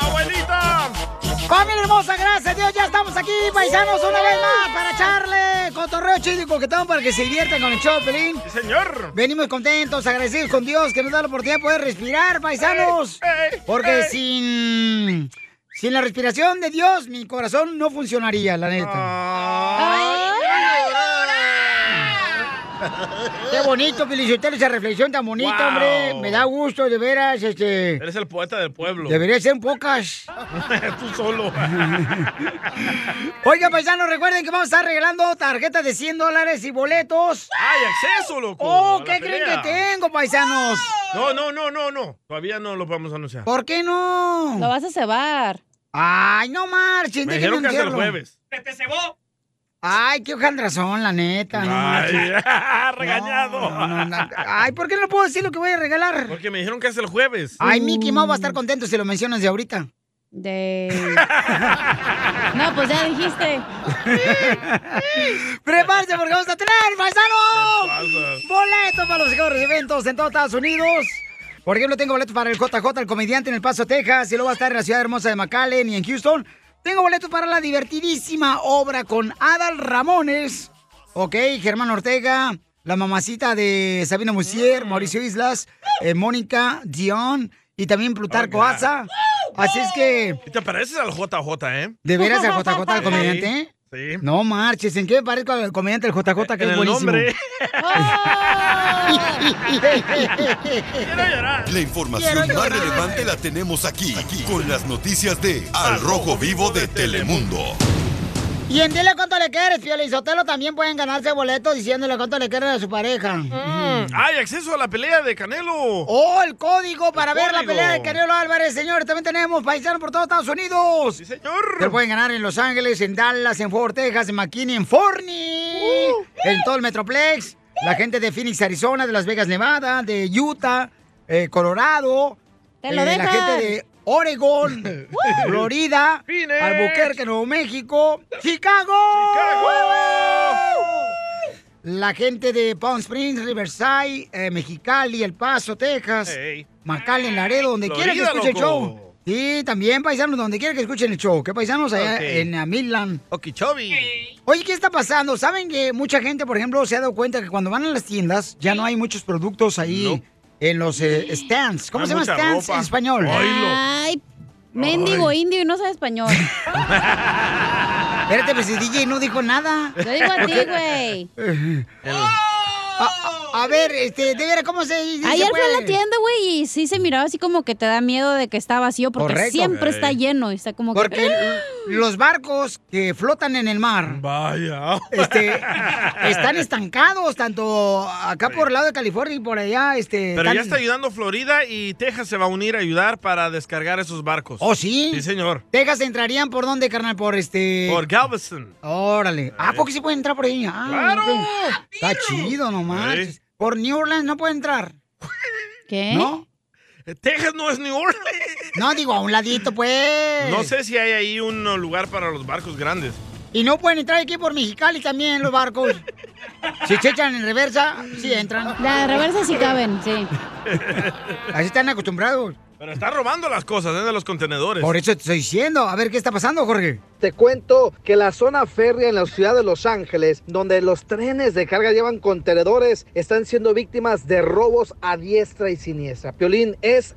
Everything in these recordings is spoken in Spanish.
¡Abuelita! ¡Familia hermosa! ¡Gracias a Dios! Ya estamos aquí, paisanos, una vez más para echarle cotorreo chido y coquetón para que se diviertan con el show, Pelín. ¡Sí, señor! Venimos contentos, agradecidos con Dios que nos da la oportunidad de poder respirar, paisanos. ¡Ey, ey, Porque ey! sin... Sin la respiración de Dios, mi corazón no funcionaría, la Ah. neta. Qué bonito, Felicitero, esa reflexión tan bonita, Wow. hombre. Me da gusto, de veras, este... Eres el poeta del pueblo. Eh, Debería ser en pocas. Tú solo. Oiga, paisanos, recuerden que vamos a estar regalando tarjetas de 100 dólares y boletos. ¡Ay, acceso, loco! a ¡Oh, la qué creen pelea. que tengo, paisanos! No, no, no, no, no. Todavía no lo vamos a anunciar. ¿Por qué no? Lo vas a cebar. Ay, no marchen, Me déjenme dijeron que hasta el anunciarlo. jueves. Ay, qué hojandrazón, la neta. no marchen. ¡Ay, regañado! No, no, no. Ay, ¿por qué no puedo decir lo que voy a regalar? Porque me dijeron que hasta el jueves. Mm. Ay, Mickey Mouse va a estar contento si lo mencionas de ahorita. De... No, pues ya dijiste. Prepárense porque vamos a tener, paisanos. Pasa. Boletos para los mejores eventos en todos Estados Unidos. Por ejemplo, tengo boletos para el JJ, el comediante en El Paso, Texas. Y luego va a estar en la ciudad hermosa de McAllen y en Houston. Tengo boletos para la divertidísima obra con Adal Ramones. Ok, Germán Ortega. La mamacita de Sabina Mm. Musier, Mauricio Islas, eh, Mónica Dion y también Plutarco Oh, God. Asa. Así es que, Y te pareces al JJ, ¿eh? de veras, el JJ, el Sí, comediante, ¿eh? Sí. No marches, ¿en qué me parezco al comediante del JJ que En es el buenísimo? nombre. Quiero llorar. La información Quiero más llorar. relevante la tenemos aquí, con las noticias de Al Rojo Vivo de Telemundo. Y en dile cuánto le quieres, Piolín Sotelo también pueden ganarse boletos diciéndole cuánto le quieren a su pareja. Mm. ¡Ay, acceso a la pelea de Canelo! Oh, el código para El ver la código. pelea de Canelo Álvarez, señores. También tenemos paisanos por todo Estados Unidos. ¡Sí, Se señor! lo pueden ganar en Los Ángeles, en Dallas, en Fort Worth, Texas, en McKinney, en Forney, Uh. en todo el Metroplex. La gente de Phoenix, Arizona, de Las Vegas, Nevada, de Utah, eh, Colorado. Te lo eh, La dejan. gente de Oregón, Florida, Phoenix. Albuquerque, Nuevo México, Chicago. ¡Chicago! La gente de Palm Springs, Riverside, eh, Mexicali, El Paso, Texas, Ey. McAllen, Laredo, donde quiera que Florida, escuchen el loco. show. Sí, también paisanos, donde quiera que escuchen el show. ¿Qué paisanos allá Ok. en eh, Midland? ¡Okichobi! Oye, ¿qué está pasando? ¿Saben que mucha gente, por ejemplo, se ha dado cuenta que cuando van a las tiendas ya no hay muchos productos ahí No. en los eh, stands? ¿Cómo Hay se llama mucha stands ropa. en español? Ay. Oílo. Ay, mendigo Ay. indio y no sabe español. Espérate, pues el DJ no dijo nada. Yo digo a ti, güey. A, a- a ver, este, de veras, ¿cómo se dice? Ayer fui a la puede? tienda, güey, y sí se miraba así como que te da miedo de que está vacío porque Correcto. siempre Ey. está lleno. y Está como que... ¡Ah! Porque los barcos que flotan en el mar ¡Vaya! este, están estancados, tanto acá por el lado de California y por allá. Este, Pero ya está están- ayudando Florida y Texas se va a unir a ayudar para descargar esos barcos. Oh, sí. Sí, señor. Texas entrarían por dónde, carnal, por este. Por Galveston. Eh. Órale. Ah, porque sí puede entrar por ahí. Ah, ¡Claro! ok. Está chido nomás. Ey. Por New Orleans no puede entrar. ¿Qué? ¿No? Eh, Texas no es New Orleans. No, digo, a un ladito, pues. No sé si hay ahí un uh, lugar para los barcos grandes. Y no pueden entrar aquí por Mexicali también los barcos. Si se echan en reversa, sí entran. La reversa sí caben, sí. Así están acostumbrados. Pero están robando las cosas ¿eh? de los contenedores. Por eso te estoy diciendo. A ver, ¿qué está pasando, Jorge? Te cuento que la zona férrea en la ciudad de Los Ángeles, donde los trenes de carga llevan contenedores, están siendo víctimas de robos a diestra y siniestra. Piolín, es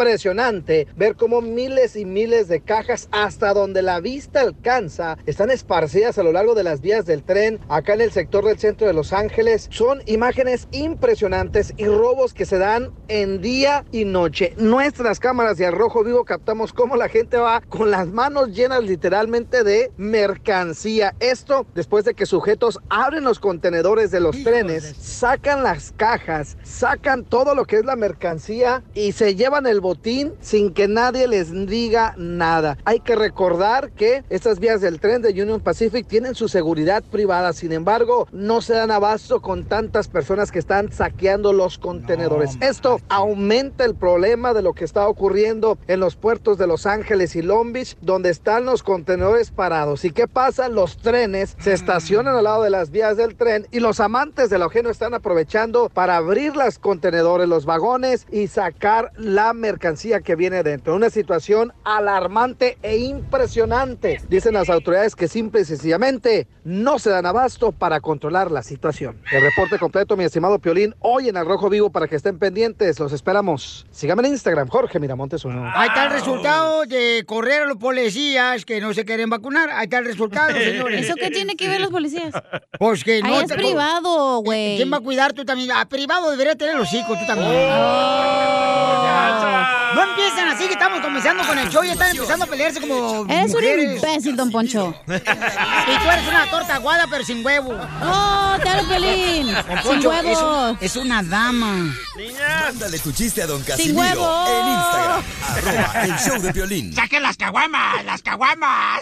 impresionante ver cómo miles y miles de cajas, hasta donde la vista alcanza, están esparcidas a lo largo de las vías del tren, acá en el sector del centro de Los Ángeles. Son imágenes impresionantes y robos que se dan en día y noche. Nuestras cámaras de Arrojo Vivo captamos cómo la gente va con las manos llenas literalmente de mercancía. Esto después de que sujetos abren los contenedores de los Hijos trenes, de- sacan las cajas, sacan todo lo que es la mercancía y se llevan el botín sin que nadie les diga nada. Hay que recordar que estas vías del tren de Union Pacific tienen su seguridad privada, sin embargo, no se dan abasto con tantas personas que están saqueando los contenedores. Esto aumenta el problema de lo que está ocurriendo en los puertos de Los Ángeles y Long Beach, donde están los contenedores parados. ¿Y qué pasa? Los trenes se estacionan al lado de las vías del tren y los amantes del ajeno están aprovechando para abrir los contenedores, los vagones y sacar la mercancía que viene dentro. Una situación alarmante e impresionante. Dicen las autoridades que simple y sencillamente no se dan abasto para controlar la situación. El reporte completo, mi estimado Piolín, hoy en Al Rojo Vivo para que estén pendientes. Los esperamos. Síganme en Instagram, Jorge Miramontes uno. Ah, Ahí está el resultado de correr a los policías que no se quieren vacunar. Ahí está el resultado, señores. ¿Eso qué tiene que ver los policías? Pues que no. Ahí es te- Eh, privado, güey. ¿Quién va a cuidar tú también? A privado debería tener los hijos, tú también. Oh, Ya. No empiezan así que estamos comenzando con el show y están empezando a pelearse como Eres un mujeres. imbécil, don Poncho. Y tú eres una torta aguada, pero sin huevo. ¡Oh, te hablo, Pelín! Don ¡Sin Poncho, es huevos! un- Es una dama. Mándale tu chiste a don Sin Casimiro en huevos. Instagram. Arroba el show de violín. ¡Saquen las caguamas! ¡Las caguamas!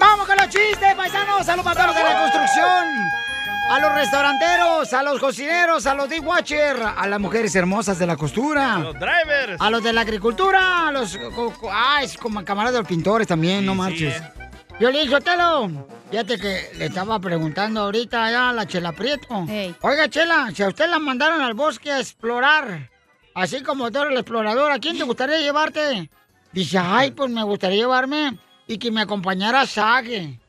¡Vamos con los chistes, paisanos! ¡Saludos para todos los de la construcción! A los restauranteros, a los cocineros, a los de Watcher, a las mujeres hermosas de la costura, Los drivers. Ah. a los de la agricultura, a los. co- co- ¡Ay, es como camaradas de los pintores también, no sí, marches! eh. Violín Sotelo, fíjate que le estaba preguntando ahorita allá a la Chela Prieto. Ey. Oiga, Chela, si a usted la mandaron al bosque a explorar, así como Dora el explorador, ¿a quién te gustaría llevarte? Dice, ay, pues me gustaría llevarme y que me acompañara Sage.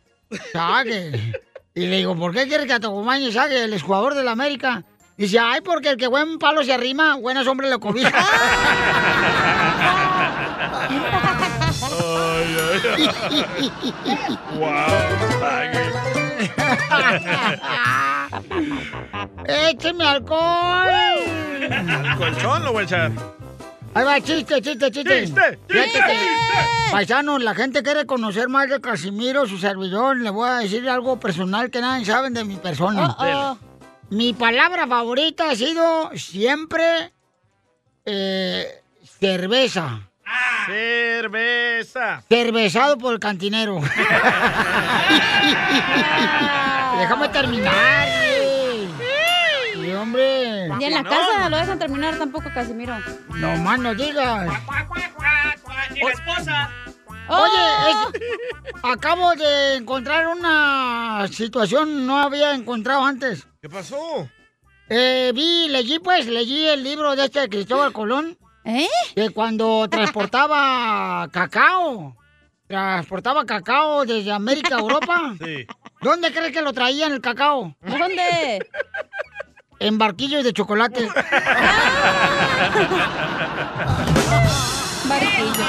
Sage. Y le digo, ¿por qué quieres que te acompañe Sage, el exjugador del América? Dice, ay, porque el que buen palo se arrima, buenas hombres lo cobija. Ay, ay, ay. Wow. Ay, ¡Écheme alcohol! ¿el ¿Colchón lo voy a echar? Ahí va, chiste, chiste, chiste. ¡Chiste! Fíjate ¡Chiste! que- Paisanos, la gente quiere conocer más de Casimiro, su servidor. Le voy a decir algo personal que nadie sabe de mi persona. Oh, Mi palabra favorita ha sido siempre eh, cerveza. Cerveza. Cervezado por el cantinero. Déjame terminar. güey. Y hombre, oh. Y en la No. casa no lo dejan terminar tampoco, Casimiro. no más no digas. Y la esposa. ¡Oh! Oye, es- acabo de encontrar una situación no había encontrado antes. ¿Qué pasó? Eh, vi, leí pues, leí el libro de este de Cristóbal Colón, ¿Eh? que cuando transportaba cacao, transportaba cacao desde América a Europa, Sí. ¿dónde crees que lo traían el cacao? ¿Dónde? En barquillos de chocolate. Barquillo.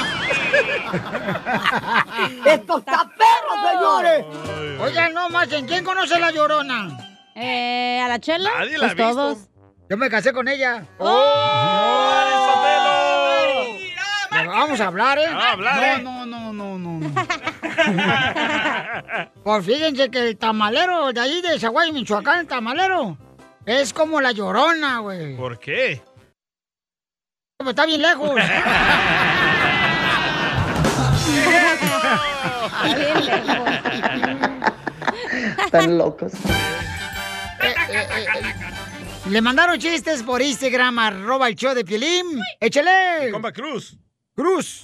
¡Estos taperos, señores! Oigan, no más, ¿en quién conoce la llorona? Eh, ¿A la chela? Nadie la pues ha visto. todos. Yo me casé con ella. ¡Oh! ¡Sotelo! Pero Vamos a hablar, ¿eh? Ah, hablar, no, no, no, no, no, no. pues fíjense que el tamalero de ahí de Zaguay, Michoacán, el tamalero, es como la llorona, güey. ¿Por qué? Pero Está bien lejos. Ay, bien lejos. Están locos. Le mandaron chistes por Instagram, arroba el show de Pielín. Échale. Comba Cruz. Cruz.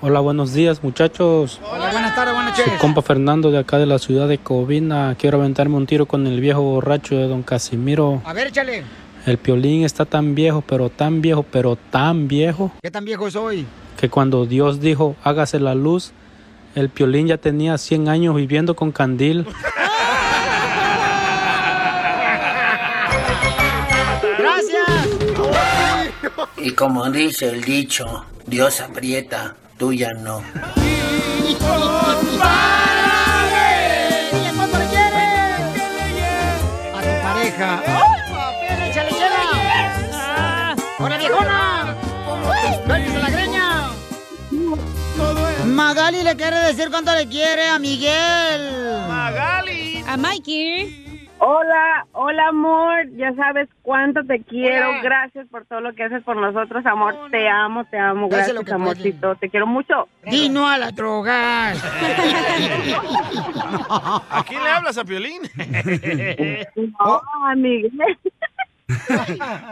Hola, buenos días muchachos. Hola, buenas tardes, buenas noches. Compa Fernando de acá de la ciudad de Covina. Quiero aventarme un tiro con el viejo borracho de don Casimiro. A ver, échale. El piolín está tan viejo, pero tan viejo, pero tan viejo, ¿Qué tan viejo soy? que cuando Dios dijo, hágase la luz, el piolín ya tenía 100 años viviendo con candil. Gracias. Y como dice el dicho, Dios aprieta, tuya no. A tu pareja. ¡Ay, papel, échale, chela! ¡Hola, viejona! ¡Suéltese la greña! Magali le quiere decir cuánto le quiere a Miguel. Magali. A Mikey. Hola, hola amor, ya sabes cuánto te quiero, Hola. gracias por todo lo que haces por nosotros, amor, te amo, te amo, Hace gracias lo que amorcito, puede. te quiero mucho. Di no a la droga. ¿A quién le hablas a Piolín? No, amiga. Oh.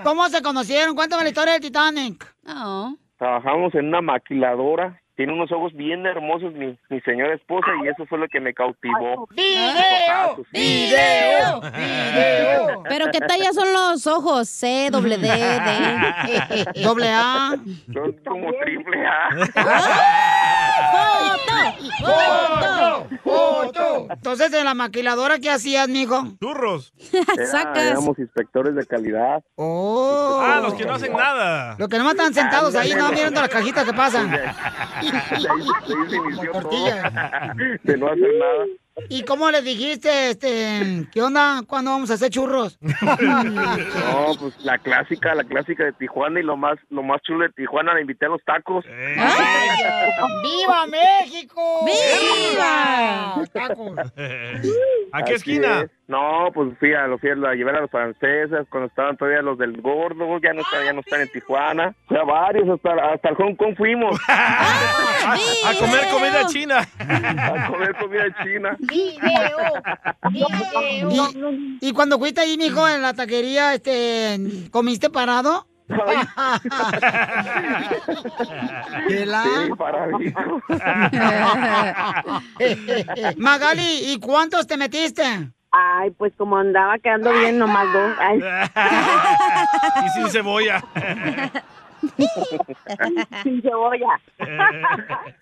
¿Cómo se conocieron? Cuéntame la historia del Titanic. Oh. No. Trabajamos en una maquiladora. Tiene unos ojos bien hermosos mi, mi señora esposa y eso fue lo que me cautivó. ¡Video! ¡Video! ¡Video! Pero ¿qué talla son los ojos? C, doble D, E, D. Doble A. Son como triple A. Ah, ¡Foto! ¡Foto! Oh. Entonces, en la maquiladora, ¿qué hacías, mijo? Churros. Era- Éramos inspectores de calidad. ¡Oh! Ah, los que no hacen nada. Los que nomás están sentados ahí, no mirando las cajitas que pasan. De no hacer nada. ¿Y cómo les dijiste, este, qué onda, cuándo vamos a hacer churros? No, pues la clásica, la clásica de Tijuana y lo más, lo más chulo de Tijuana, le invité a los tacos. Eh. ¡Viva México! ¡Viva! Tacos. ¿A qué esquina? es. No, pues fui a, lo fui a, la- llevar a los franceses cuando estaban todavía los del gordo, ya no, están- ya no están en Tijuana. Fui a varios, hasta, hasta el Hong Kong fuimos. A comer comida china. A comer comida china. ¿Y, y cuando fuiste ahí, mijo, en la taquería, este, ¿comiste parado? ¿Qué la? Sí, paradito. Magali, ¿y cuántos te metiste? Ay, pues como andaba quedando bien, nomás dos. Ay. Y sin cebolla. Sin cebolla.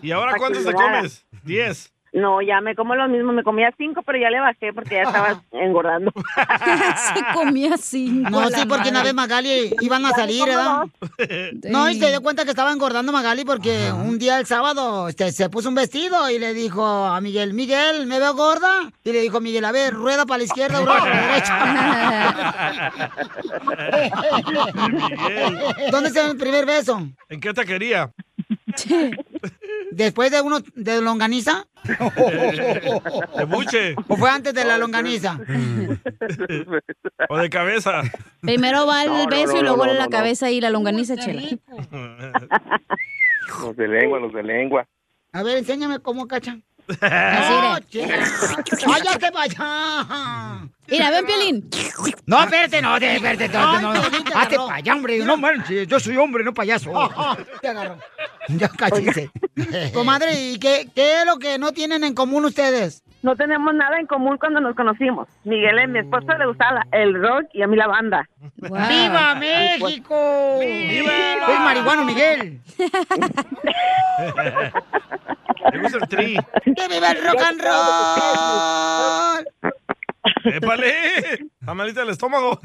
¿Y ahora Para cuántos que te durara. comes? Diez. No, ya me como lo mismo. Me comía cinco, pero ya le bajé porque ya estaba engordando. Se comía cinco. No, a la sí, porque una madre. vez Magali iban a Ya me salir, como ¿verdad? No, y se dio cuenta que estaba engordando Magali porque un día el sábado este, se puso un vestido y le dijo a Miguel, Miguel, ¿me veo gorda? Y le dijo Miguel, a ver, rueda para la izquierda, rueda para la derecha. ¿Dónde se dio el primer beso? ¿En qué taquería? ¿Después de uno de longaniza? De buche. ¿O fue antes de la longaniza? O de cabeza. Primero va el No, no, beso y no, luego no, la no, cabeza y la longaniza, chela. Los de lengua, los de lengua. A ver, enséñame cómo cachan. Así ¡No, chela! ¡Cállate para allá! Mira, ven, Piolín. No, espérate, Ah. no, espérate, no, no, no. Ay, te Hazte agarró. para allá, hombre. No manches, yo soy hombre, no payaso. Oh. Te agarró. Ya cállese. Comadre, ¿y qué, qué es lo que no tienen en común ustedes? No tenemos nada en común cuando nos conocimos. Miguel, a mi esposo le gustaba el rock y a mí la pues. banda. ¡Viva pues. México! ¡Viva! Es marihuano, Miguel. Me gusta el tri. ¡Que viva el rock and roll! ¡Épale! Amalita el estómago.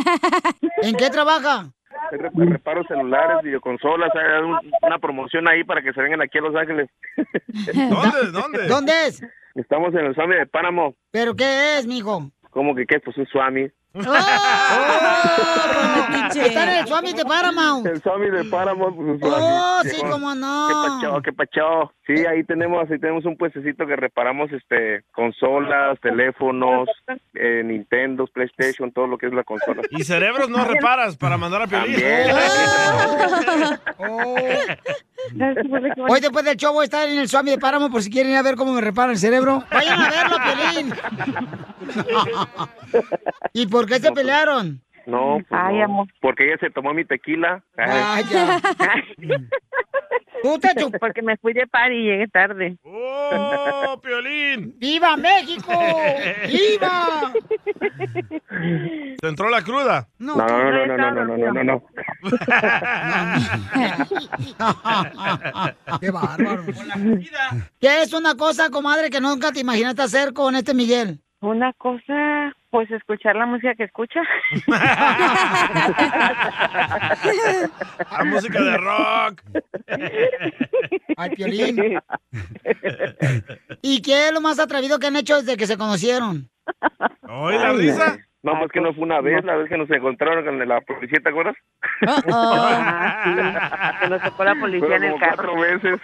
¿En qué trabaja? Re- Reparo celulares, videoconsolas, hay un- una promoción ahí para que se vengan aquí a Los Ángeles. ¿Dónde? ¿Dónde? ¿Dónde es? Estamos en el Swami de Páramo. ¿Pero qué es, mijo? ¡Oh, ¿Cómo que qué? Pues un Swami. Están en el Swami de Paramount. El Swami de Páramo. Pues un Swami. Oh, sí, Llegó- cómo Qué no. pachao, qué pachao. Sí, ahí tenemos, ahí tenemos un puestecito que reparamos este consolas, teléfonos, eh, Nintendo, PlayStation, todo lo que es la consola. Y cerebros no reparas para mandar a Piolín. También. Hoy después del show voy a estar en el Swami de Páramo por si quieren ir a ver cómo me reparan el cerebro. Vayan a verlo, Pelín. ¿Y por qué se pelearon? No, pues Ay, no, amor. porque ella se tomó mi tequila. Ay, Vaya. Tú te chup- Porque me fui de par y llegué tarde. ¡Oh, Piolín! ¡Viva México! ¡Viva! ¿Te entró la cruda? No, No, no, no, no, no, no, no, no, no, no. qué bárbaro. ¿Qué es una cosa, comadre, que nunca te imaginaste hacer con este Miguel? Una cosa, pues escuchar la música que escucha. La música de rock. Al Piolín. ¿Y qué es lo más atrevido que han hecho desde que se conocieron? ¿Oye la risa? No, más que no fue una vez, la vez que nos encontraron con la policía, ¿te acuerdas? Ah, sí. Que nos tocó la policía en Fueron el como carro. cuatro veces.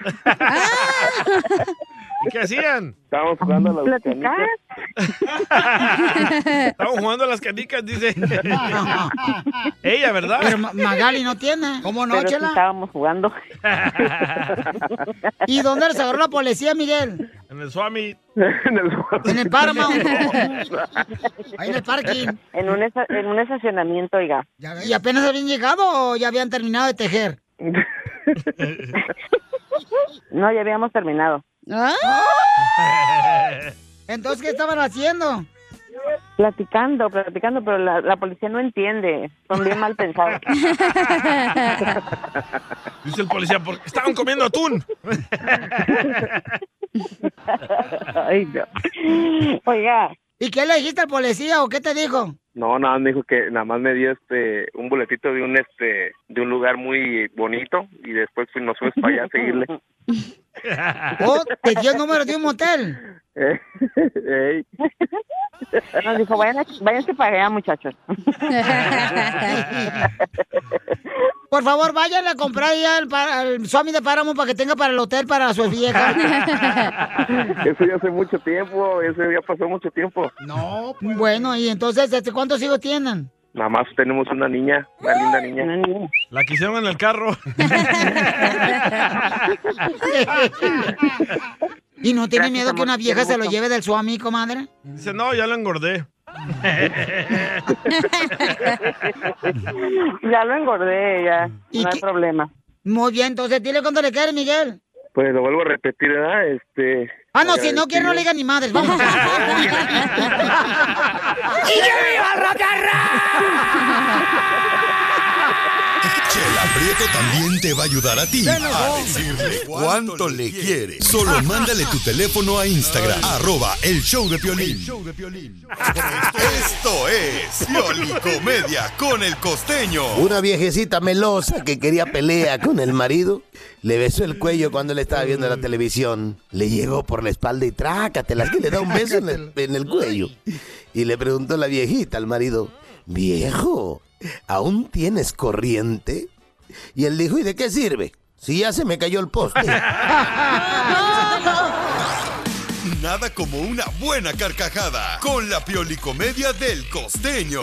¿Y qué hacían? Estábamos jugando a las ¿Platicar? canicas. Estaban jugando a las canicas, dice. Ella, Pero ¿verdad? Ma- Magali no tiene. ¿Cómo no, Pero sí Chela? estábamos jugando. ¿Y dónde les agarró la policía, Miguel? En En el Swami. en el En el Paramount. Ahí en el parking. En un, esta- en un estacionamiento, oiga. ¿Y apenas habían llegado o ya habían terminado de tejer? No, ya habíamos terminado. ¡Ah! Entonces, ¿qué estaban haciendo? Platicando, platicando, pero la, la policía no entiende. Son bien mal pensados. Dice el policía, porque estaban comiendo atún. Ay, no. Oiga. ¿Y qué le dijiste al policía o qué te dijo? No, nada más me dijo que nada más me dio este un boletito de un este de un lugar muy bonito y después pues, nos fuimos para allá a seguirle. ¿O te dio Oh, el número de un motel? Eh, ey. Nos dijo, vayan aquí- váyanse para allá, muchachos. Por favor, váyanle a comprar ya al, pa- al Swami de Páramo para que tenga para el hotel para su vieja. Eso ya hace mucho tiempo, eso ya pasó mucho tiempo. No. pues. bueno, y entonces, este, ¿cuántos hijos tienen? Nada más tenemos una niña, una linda niña. La quisieron en el carro. ¿Y no tiene Gracias, miedo que amor, una te vieja quiero se lo mucho. lleve del Swami, comadre? Dice, no, ya lo engordé. Ya lo engordé, ya. No hay problema. Mm. Muy bien, entonces dile cuánto le quieres, Miguel. Pues lo vuelvo a repetir, ¿verdad? Este Ah, no, si no quiere, no le diga ni madre. Vamos. ¡Y que viva el rock and Chela Prieto también te va a ayudar a ti Se a enojó. decirle cuánto le quiere. Solo mándale tu teléfono a Instagram, arroba el show de Piolín. Esto es Piolicomedia con el costeño. Una viejecita melosa que quería pelea con el marido le besó el cuello cuando le estaba viendo la televisión. Le llegó por la espalda y trácatelas que le da un beso en el, en el cuello. Y le preguntó la viejita al marido: Viejo, ¿aún tienes corriente? Y él dijo: ¿Y de qué sirve? Si ya se me cayó el poste. Nada como una buena carcajada con la Piolicomedia del costeño.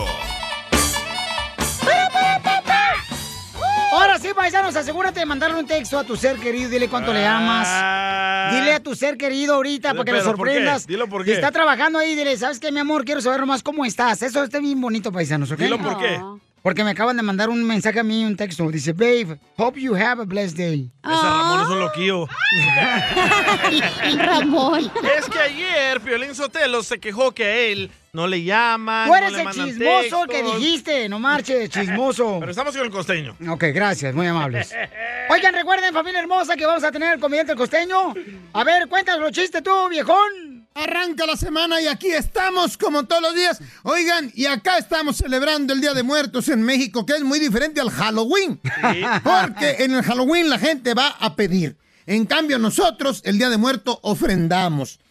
Ahora sí, paisanos, asegúrate de mandarle un texto a tu ser querido. Dile cuánto le amas. Dile a tu ser querido ahorita Ah. Pero, para que lo ¿por qué? sorprendas. Dilo por Si qué. está trabajando ahí, dile, ¿sabes qué, mi amor? Quiero saber nomás cómo estás. Eso está bien bonito, paisanos, ¿ok? Dilo por qué. Porque me acaban de mandar un mensaje a mí, un texto. Dice, babe, hope you have a blessed day. Ese Ramón es un loquillo. Ramón. Es que ayer Piolín Sotelo se quejó que a él no le llaman. Tú eres no le el mandan chismoso que textos. dijiste, no marches, chismoso. Pero estamos con el costeño. Ok, gracias, muy amables. Oigan, recuerden, familia hermosa, que vamos a tener el comediante El costeño. A ver, cuéntanos los chistes tú, viejón. Arranca la semana y aquí estamos como todos los días. Oigan, y acá estamos celebrando el Día de Muertos en México, que es muy diferente al Halloween. Porque en el Halloween la gente va a pedir. En cambio, nosotros el Día de Muerto ofrendamos.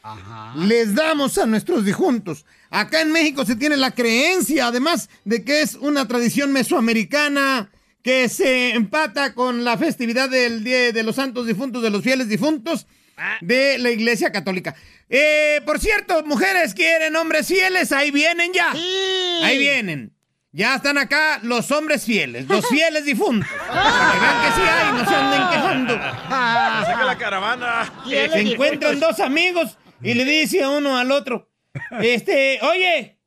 Les damos a nuestros disjuntos. Acá en México se tiene la creencia, además, de que es una tradición mesoamericana que se empata con la festividad del Día de los Santos Difuntos, de los fieles difuntos de la Iglesia Católica. Eh, por cierto, mujeres quieren hombres fieles, ahí vienen ya. Ahí vienen. Ya están acá los hombres fieles, los fieles difuntos. Para que vean que sí hay, no se Ah. anden quejando. Saca la caravana. Eh, Se encuentran dos amigos y le dice uno al otro, este, oye,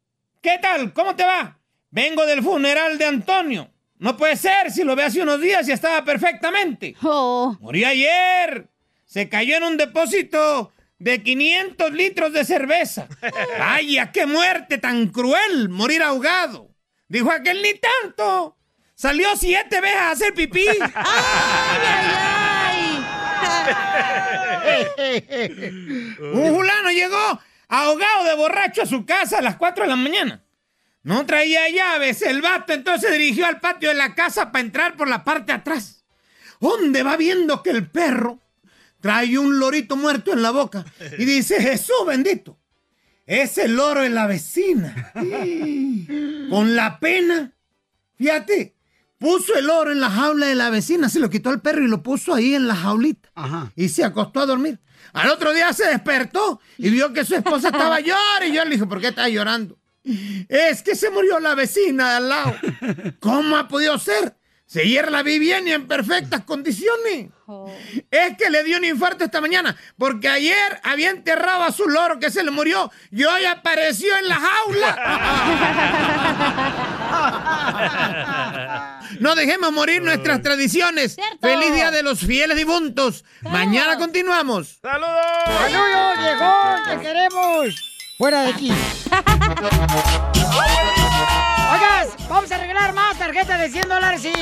¿qué tal? ¿Cómo te va? Vengo del funeral de Antonio. No puede ser, si lo ve hace unos días y estaba perfectamente. Murió ayer. Se cayó en un depósito de 500 litros de cerveza. Vaya, qué muerte tan cruel, morir ahogado. Dijo aquel ni tanto. Salió siete veces a hacer pipí. Un fulano llegó ahogado de borracho a su casa a las 4 de la mañana. No traía llaves. El vato entonces dirigió al patio de la casa para entrar por la parte de atrás. Donde va viendo que el perro trae un lorito muerto en la boca? Y dice, Jesús bendito, ese loro es la vecina. Con la pena, fíjate, puso el oro en la jaula de la vecina, se lo quitó al perro y lo puso ahí en la jaulita. Y se acostó a dormir. Al otro día se despertó y vio que su esposa estaba llorando. Y yo le dije, ¿por qué estás llorando? Es que se murió la vecina de al lado. ¿Cómo ha podido ser? Se hierra la vivienda en perfectas condiciones. Es que le dio un infarto esta mañana, porque ayer había enterrado a su loro que se le murió y hoy apareció en la jaula. No dejemos morir nuestras tradiciones. Feliz día de los fieles difuntos. Mañana continuamos. ¡Saludos, viejo! ¡Te queremos! ¡Fuera de aquí! Oigas, vamos a regalar más tarjetas de 100 dólares sí.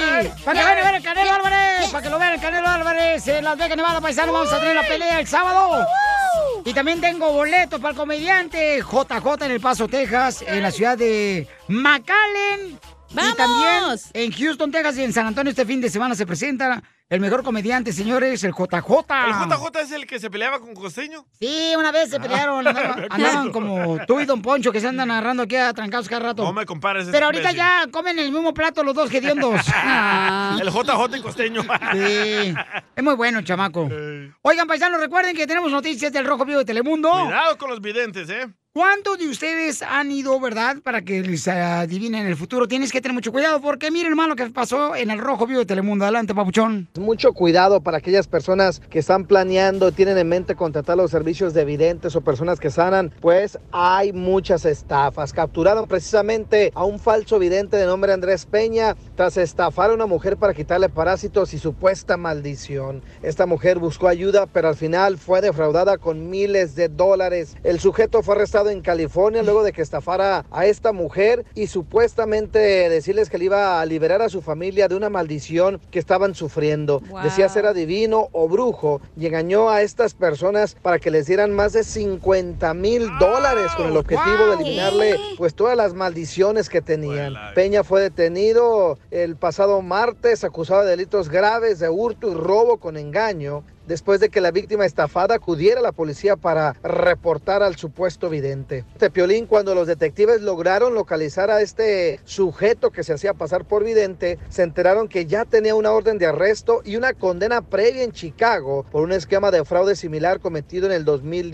para que vayan a ver el Canelo Álvarez, para que lo vean el Canelo Álvarez en Las Vegas, Nevada, paisano, vamos a tener la pelea el sábado. Y también tengo boletos para el comediante JJ en El Paso, Texas, en la ciudad de McAllen. Y también en Houston, Texas y en San Antonio este fin de semana se presenta el mejor comediante, señores, el JJ. ¿El JJ es el que se peleaba con Ah. Costeño? Sí, una vez se pelearon, andaban, andaban como tú y Don Poncho que se andan agarrando aquí a trancados cada rato. No me compares. ese Pero ahorita imbécil. ya comen el mismo plato los dos hediondos. El JJ en Costeño. Sí, es muy bueno, el chamaco. Oigan, paisanos, recuerden que tenemos noticias del Rojo Vivo de Telemundo. Cuidado con los videntes, ¿eh? ¿Cuántos de ustedes han ido, verdad, para que les adivinen el futuro? Tienes que tener mucho cuidado porque miren, hermano, lo que pasó en el Rojo Vivo de Telemundo. Adelante, papuchón. Mucho cuidado para aquellas personas que están planeando, tienen en mente contratar los servicios de videntes o personas que sanan, pues hay muchas estafas. Capturaron precisamente a un falso vidente de nombre Andrés Peña tras estafar a una mujer para quitarle parásitos y supuesta maldición. Esta mujer buscó ayuda, pero al final fue defraudada con miles de dólares. El sujeto fue arrestado en California luego de que estafara a esta mujer y supuestamente decirles que le iba a liberar a su familia de una maldición que estaban sufriendo. Wow. Decía ser adivino o brujo y engañó a estas personas para que les dieran más de 50 mil dólares con el objetivo de Wow. eliminarle pues todas las maldiciones que tenían. Peña fue detenido el pasado martes acusado de delitos graves de hurto y robo con engaño después de que la víctima estafada acudiera a la policía para reportar al supuesto vidente. Este piolín, cuando los detectives lograron localizar a este sujeto que se hacía pasar por vidente, se enteraron que ya tenía una orden de arresto y una condena previa en Chicago por un esquema de fraude similar cometido en el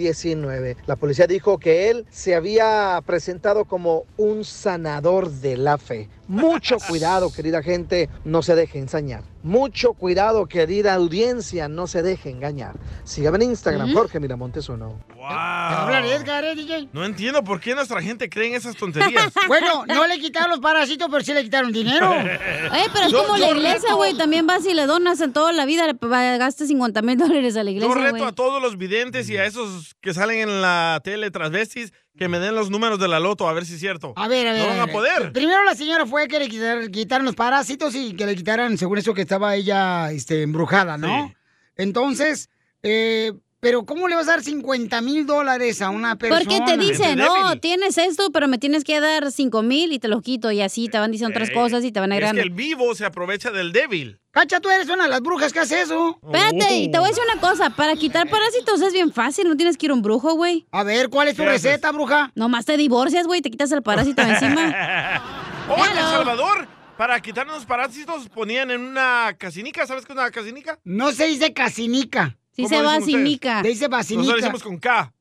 2019. La policía dijo que él se había presentado como un sanador de la fe. Mucho cuidado, querida gente, no se deje ensañar. Mucho cuidado, querida audiencia, no se deje engañar. Sígame en Instagram, Jorge Miramontes uno. Ah. Hablar Edgar, ¿eh, DJ? No entiendo por qué nuestra gente cree en esas tonterías. Bueno, no le quitaron los parásitos, pero sí le quitaron dinero. Oye, Eh, pero es como la iglesia, güey. También vas y le donas en toda la vida, le gastas 50 mil dólares a la Yo iglesia, reto güey. a todos los videntes y a esos que salen en la tele transvestis que me den los números de la loto, a ver si es cierto. A ver, a ver. No van a poder. Primero la señora fue que le quitar- quitaron los parásitos y que le quitaran, según eso, que estaba ella este, embrujada, ¿no? Entonces, eh, pero ¿cómo le vas a dar 50 mil dólares a una persona? Porque te dicen, "Oh, no, tienes esto, pero me tienes que dar 5 mil y te los quito. Y así te van diciendo otras Ey, cosas y te van Es que agregando. el vivo se aprovecha del débil. Cacha, tú eres una de las brujas que hace eso. Espérate, y te voy a decir una cosa. Para quitar parásitos es bien fácil, no tienes que ir a un brujo, güey. A ver, ¿cuál es tu ¿Qué haces? receta, bruja? Nomás te divorcias, güey, te quitas el parásito de encima. Oh, en El Hello. Salvador, para quitarnos parásitos, ponían en una casinica. ¿Sabes qué es una casinica? No se dice casinica. Sí se dicen ustedes? vacinica. Se dice vacinica. Nosotros decimos con K.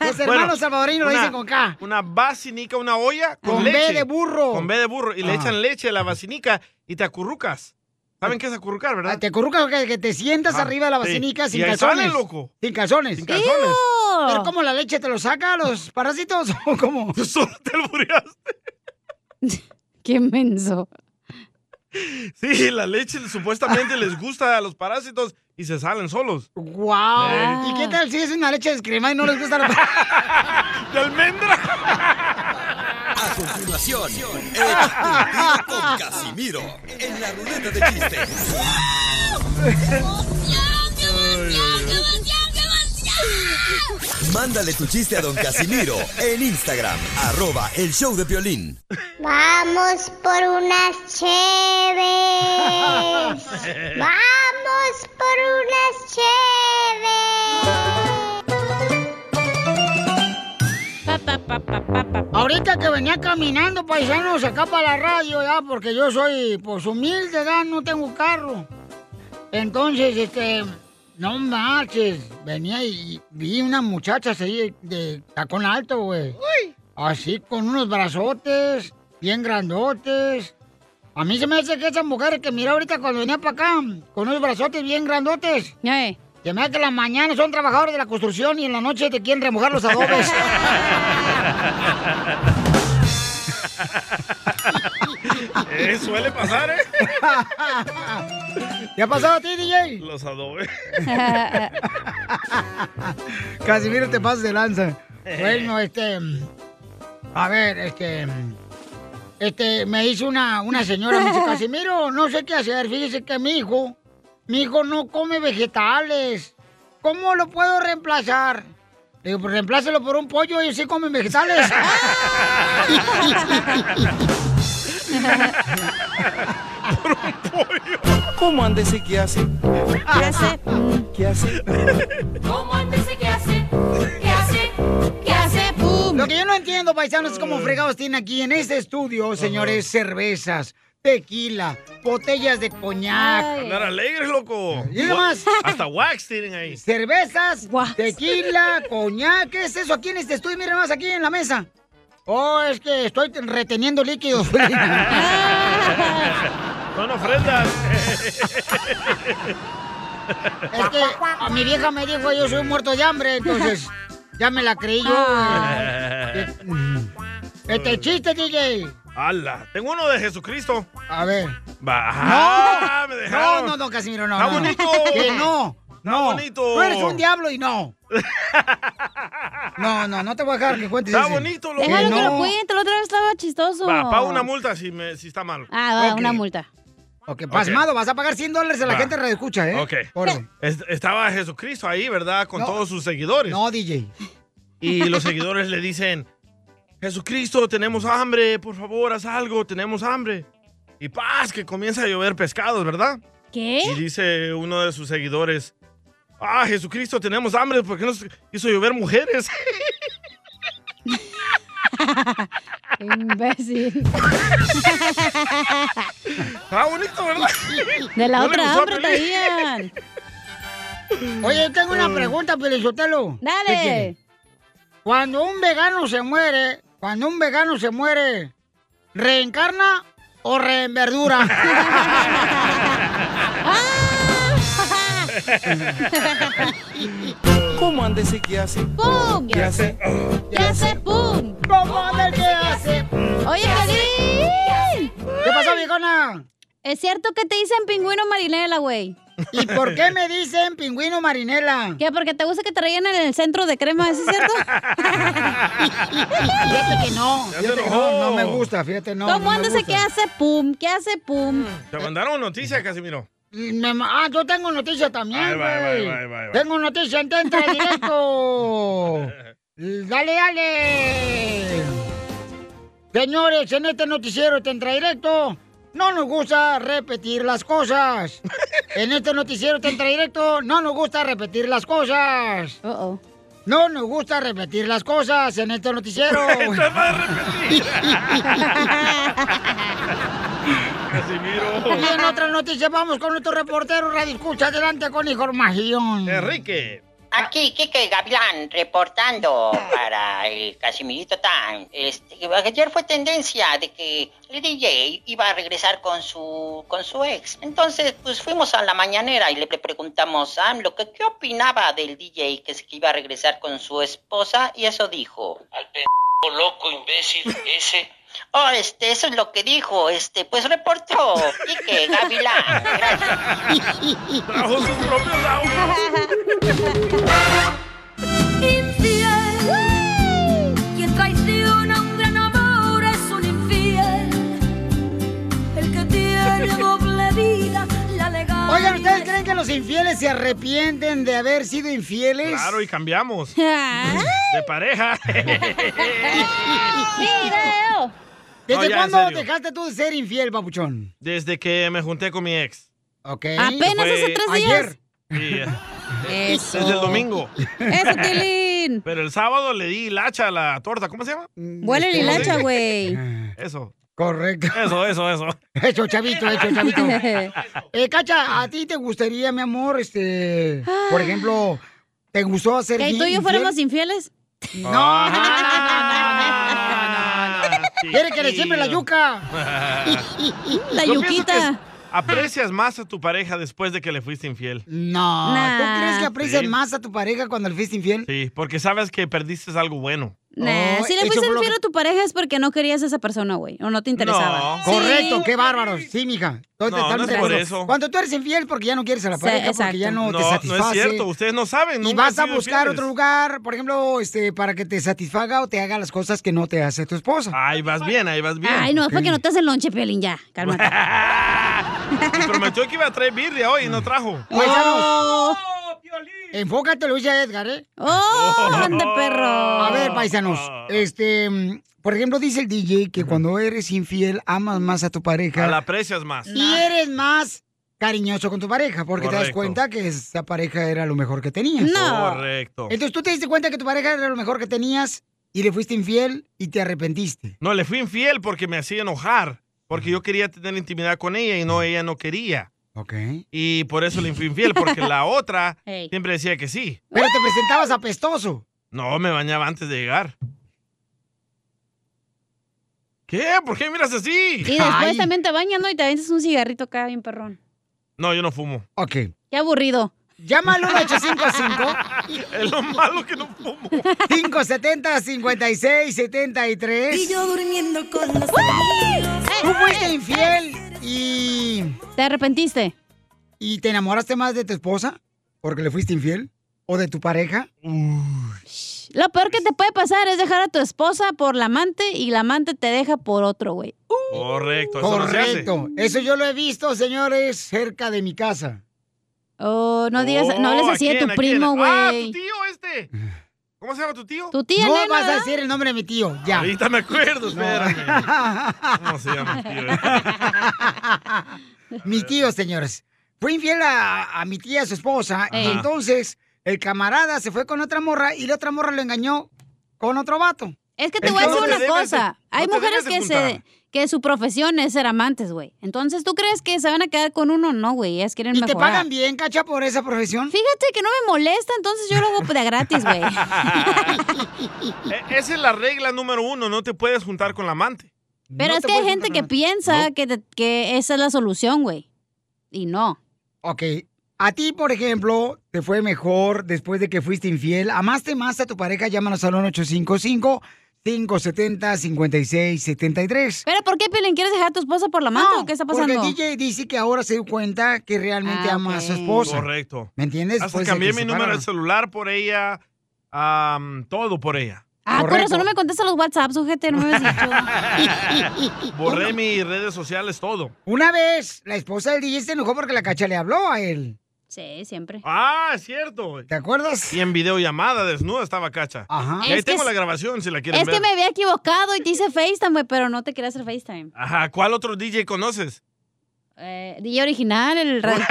Los hermanos salvadoreños lo dicen con K. Una vacinica, una olla con, Con B leche. de burro. Con B de burro. Y le Ah. echan leche a la vacinica y te acurrucas. ¿Saben qué es acurrucar, verdad? Te currucas que, que te sientas Ah, arriba de la sí. vacinica sin Y ahí calzones. sale, loco. Sin calzones. Sin calzones. ¡Ew! ¿Pero cómo la leche te lo saca los parásitos o cómo? Solo te Qué menso. Sí, la leche supuestamente les gusta a los parásitos y se salen solos. ¡Wow! Sí. ¿Y qué tal si es una leche descremada y no les gusta la ¡De almendra! A continuación, échate un tiro con Casimiro en la ruleta de chistes. Mándale tu chiste a don Casimiro en Instagram, arroba el show de violín. Vamos por unas cheves. Vamos por unas cheves. Ahorita que venía caminando, paisanos, acá para la radio, ya, porque yo soy, pues, humilde, ya, no tengo carro. Entonces, este, no marches, venía y vi una muchacha así de tacón alto, güey. Así, con unos brazotes, bien grandotes. A mí se me hace que esa mujer que mira ahorita cuando venía para acá, con unos brazotes bien grandotes. Se me hace que en la mañana son trabajadores de la construcción y en la noche te quieren remojar los adobes. Eh, suele pasar, ¿eh? ¿Te ha pasado a ti, DJ? Los adobes. Casimiro, te pasas de lanza. Bueno, este... A ver, este... Este, me dice una, una señora, me dice, Casimiro, no sé qué hacer, fíjese que mi hijo, mi hijo no come vegetales. ¿Cómo lo puedo reemplazar? Le digo, pues reemplácelo por un pollo, ellos sí comen vegetales. ¿Cómo andese qué hace? ¿Qué hace? ¿Qué hace? ¿Cómo andes qué hace? ¿Qué hace? ¿Qué hace? Lo que yo no entiendo, paisanos, es cómo fregados tienen aquí en este estudio, señores, cervezas, tequila, botellas de coñac. Andar alegres, loco. ¿Y qué más? Hasta wax tienen ahí. Cervezas, tequila, coñac, ¿qué es eso aquí en este estudio? Miren más aquí en la mesa. Oh, es que estoy reteniendo líquidos. Son ofrendas. Es que a mi vieja me dijo yo soy un muerto de hambre, entonces ya me la creí yo. Ah. Este chiste, DJ. ¡Hala! Tengo uno de Jesucristo. A ver. Va. Ah, Me No, dejaron. no, no, Casimiro, no. Está no. bonito. Que no. Está no. bonito. Tú eres un diablo y no. No, no, no te voy a dejar que cuentes. Está ese. bonito, loco. Déjalo que lo No. cuente, la otra vez estaba chistoso. Va, pago una multa si, me, si está mal. Ah, va, Ok. una multa. Ok, pasmado, vas a pagar 100 dólares a la Va. gente que escucha, ¿eh? Ok. Orden. Es- estaba Jesucristo ahí, ¿verdad? Con todos sus seguidores. No, DJ. Y los seguidores le dicen, Jesucristo, tenemos hambre, por favor, haz algo, tenemos hambre. Y paz, que comienza a llover pescados, ¿verdad? ¿Qué? Y dice uno de sus seguidores, ah, Jesucristo, tenemos hambre, ¿por qué nos hizo llover mujeres? Imbécil. Está bonito, ¿verdad? De la No le otra gustó a hambre Piolín. traían. Oye, tengo una pregunta, Pelizotelo. Dale. Cuando un vegano se muere, cuando un vegano se muere, ¿reencarna o reenverdura? Ah. ¿Cómo andese qué hace? ¡Pum! ¿Qué hace? ¿Qué hace? ¡Pum! ¿Cómo del que hace? Oye, Piolín. ¿Qué pasó, viejona? Es cierto que te dicen pingüino marinela, güey. ¿Y por qué me dicen pingüino marinela? ¿Qué? Porque te gusta que te rellenen el centro de crema, ¿es cierto? Fíjate que no. Ya se Fíjate que enojó. no, no me gusta, fíjate, no. ¿Cómo no me andas? ¿Qué gusta. hace? ¡Pum! ¿Qué hace? ¡Pum! Te mandaron noticia, Casimiro. Me ma- Ah, yo tengo noticia Ahí también, va, ahí va, ahí güey. va, ahí va, ahí va. Tengo noticia, entra entra directo. Dale, dale. Señores, en este noticiero te entra directo. No nos gusta repetir las cosas. En este noticiero te entra directo. No nos gusta repetir las cosas. No nos gusta repetir las cosas en este noticiero. Te va Y en otra noticia vamos con nuestro reportero Radio Escucha. Adelante con información. Enrique. Aquí Kike Gavilán reportando para el Casimirito Time. Este, ayer fue tendencia de que el DJ iba a regresar con su con su ex. Entonces, pues fuimos a la mañanera y le pre- preguntamos a AMLO que qué opinaba del DJ que, se- que iba a regresar con su esposa y eso dijo. Al p loco, imbécil, ese. Oh, este, eso es lo que dijo, este, pues reportó Kike Gavilán. Gracias. Trajo sus propios Infiel. Quien traiciona a un gran amor es un infiel. El que tiene doble vida, la legal. Oigan, ¿ustedes creen que los infieles se arrepienten de haber sido infieles? Claro, y cambiamos. Ah. De pareja. ¡Video! No, ¿Desde ya, en cuándo serio. dejaste tú de ser infiel, papuchón? Desde que me junté con mi ex. Ok. Apenas Fue hace tres días. Ayer. Sí, eh. Eso. Desde el domingo. Eso, Tilín. Mm, Pero el sábado le di hilacha a la torta. ¿Cómo se llama? Huele ¿Cómo el se hilacha, dice? güey. Eso. Correcto. Eso, eso, eso. Eso, chavito, eso, chavito. Eh, Cacha, ¿a ti te gustaría, mi amor, este, por ejemplo, te gustó hacer Ah, ¿Que tú y yo fuéramos infieles? No, no, no, no, no, no, no, no, no. Quiere que le siembre la yuca. La Yo pienso yuquita. que es- Aprecias más a tu pareja después de que le fuiste infiel. No, ¿tú Nah. crees que aprecias Sí. más a tu pareja cuando le fuiste infiel? Sí, porque sabes que perdiste algo bueno. Nah, si le Oh, eso fuiste fue lo infiel a tu pareja es porque no querías a esa persona, güey. O no te interesaba. No. Sí. Correcto, qué bárbaros. Sí, mija. Estoy No, totalmente no es de por acuerdo. eso. Cuando tú eres infiel porque ya no quieres a la Sí, pareja, exacto. porque ya no, te No, no satisface. es cierto. Ustedes no saben. Y nunca han vas a sido buscar fieles. otro lugar, por ejemplo, este, para que te satisfaga o te haga las cosas que no te hace tu esposa. Ahí vas bien, ahí vas bien. Ay, no, es para que no te hacen lonche, Piolín, ya. Cálmate. Y prometió que iba a traer birria hoy y no trajo. Pues, Paisanos. Enfócate, lo dice Edgar, ¿eh? ¡Oh, grande perro! A ver, paisanos, este, mm, por ejemplo, dice el DJ que cuando eres infiel amas más a tu pareja A la aprecias más. y eres más cariñoso con tu pareja porque te das Correcto. cuenta que esa pareja era lo mejor que tenías. Correcto. Entonces tú te diste cuenta que tu pareja era lo mejor que tenías y le fuiste infiel y te arrepentiste. No, le fui infiel porque me hacía enojar. Porque yo quería tener intimidad con ella y no, ella no quería. Ok. Y por eso le fui infiel, porque la otra Ey. siempre decía que sí. Pero te presentabas apestoso. No, me bañaba antes de llegar. ¿Qué? ¿Por qué miras así? Y después también te bañan, ¿no? Y te avientas un cigarrito acá, bien perrón. No, yo no fumo. Ok. Qué aburrido. Llámalo al 855. Es lo malo que no fumo. 570 5673 Y yo durmiendo con los Tú fuiste infiel y. ¿Te arrepentiste? ¿Y te enamoraste más de tu esposa? ¿Porque le fuiste infiel? ¿O de tu pareja? Lo peor que te puede pasar es dejar a tu esposa por la amante y la amante te deja por otro, güey. Correcto, eso no se hace. Correcto. Eso yo lo he visto, señores, cerca de mi casa. Oh, no digas, no hables así de tu primo, güey. Ah, tu tío este. ¿Cómo se llama tu tío? Tu tía, No nena, vas a ¿verdad? decir el nombre de mi tío, ya. Ahorita me acuerdo, espérame. ¿Cómo se llama el tío? mi tío, señores. Fue infiel a, a mi tía, a su esposa, y Ey. entonces el camarada se fue con otra morra y la otra morra lo engañó con otro vato. Es que te voy a decir una cosa. Hay mujeres que se se... que su profesión es ser amantes, güey. Entonces, ¿tú crees que se van a quedar con uno? No, güey. Ellas quieren ¿Y te mejorar. pagan bien, cacha, por esa profesión? Fíjate que no me molesta, entonces yo lo hago de gratis, güey. este. E- Esa es la regla número uno, no te puedes juntar con la amante. Pero es que hay gente que piensa que, te- que esa es la solución, güey. Y no. Ok. A ti, por ejemplo, te fue mejor después de que fuiste infiel. ¿Amaste más a tu pareja? Llámanos al 855 570 5673 ¿Pero por qué, Piolín? ¿Quieres dejar a tu esposa por la mano No, o qué está porque el pasando? Ah, DJ dice que ahora se dio cuenta que realmente ama a su esposa. Correcto. ¿Me entiendes? Hasta Después de cambié que mi se número de separaron. celular por ella, am, todo por ella. Ah, por eso no me contesta los WhatsApp, sujete, no me habías dicho. Borré mis redes sociales, todo. Una vez, la esposa del DJ se enojó porque la cacha le habló a él. Sí, siempre. Ah, es cierto. ¿Te acuerdas? Y en videollamada, desnuda estaba Cacha. Ajá. Y ahí Es que tengo la es- grabación si la quieren Es ver. que me había equivocado y te hice FaceTime, güey, pero no te quería hacer FaceTime. Ajá, ¿cuál otro DJ conoces? Eh, DJ original, el radio.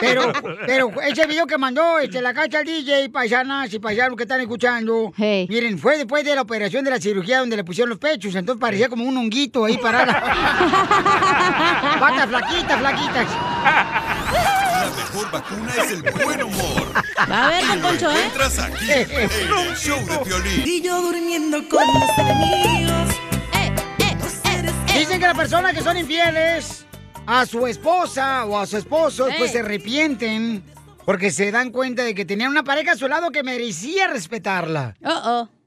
Pero, pues, pero ese video que mandó este, la cacha al DJ, paisanas y paisanos que están escuchando, miren, fue después de la operación de la cirugía donde le pusieron los pechos, entonces parecía como un honguito ahí parado. Patas flaquitas, flaquitas. La mejor vacuna es el buen humor. A ver, Don Poncho, ¿eh? Entras aquí en el show de violín. Y yo durmiendo con los enemigos. Dicen que las personas que son infieles a su esposa o a su esposo, pues Eh. se arrepienten porque se dan cuenta de que tenían una pareja a su lado que merecía respetarla.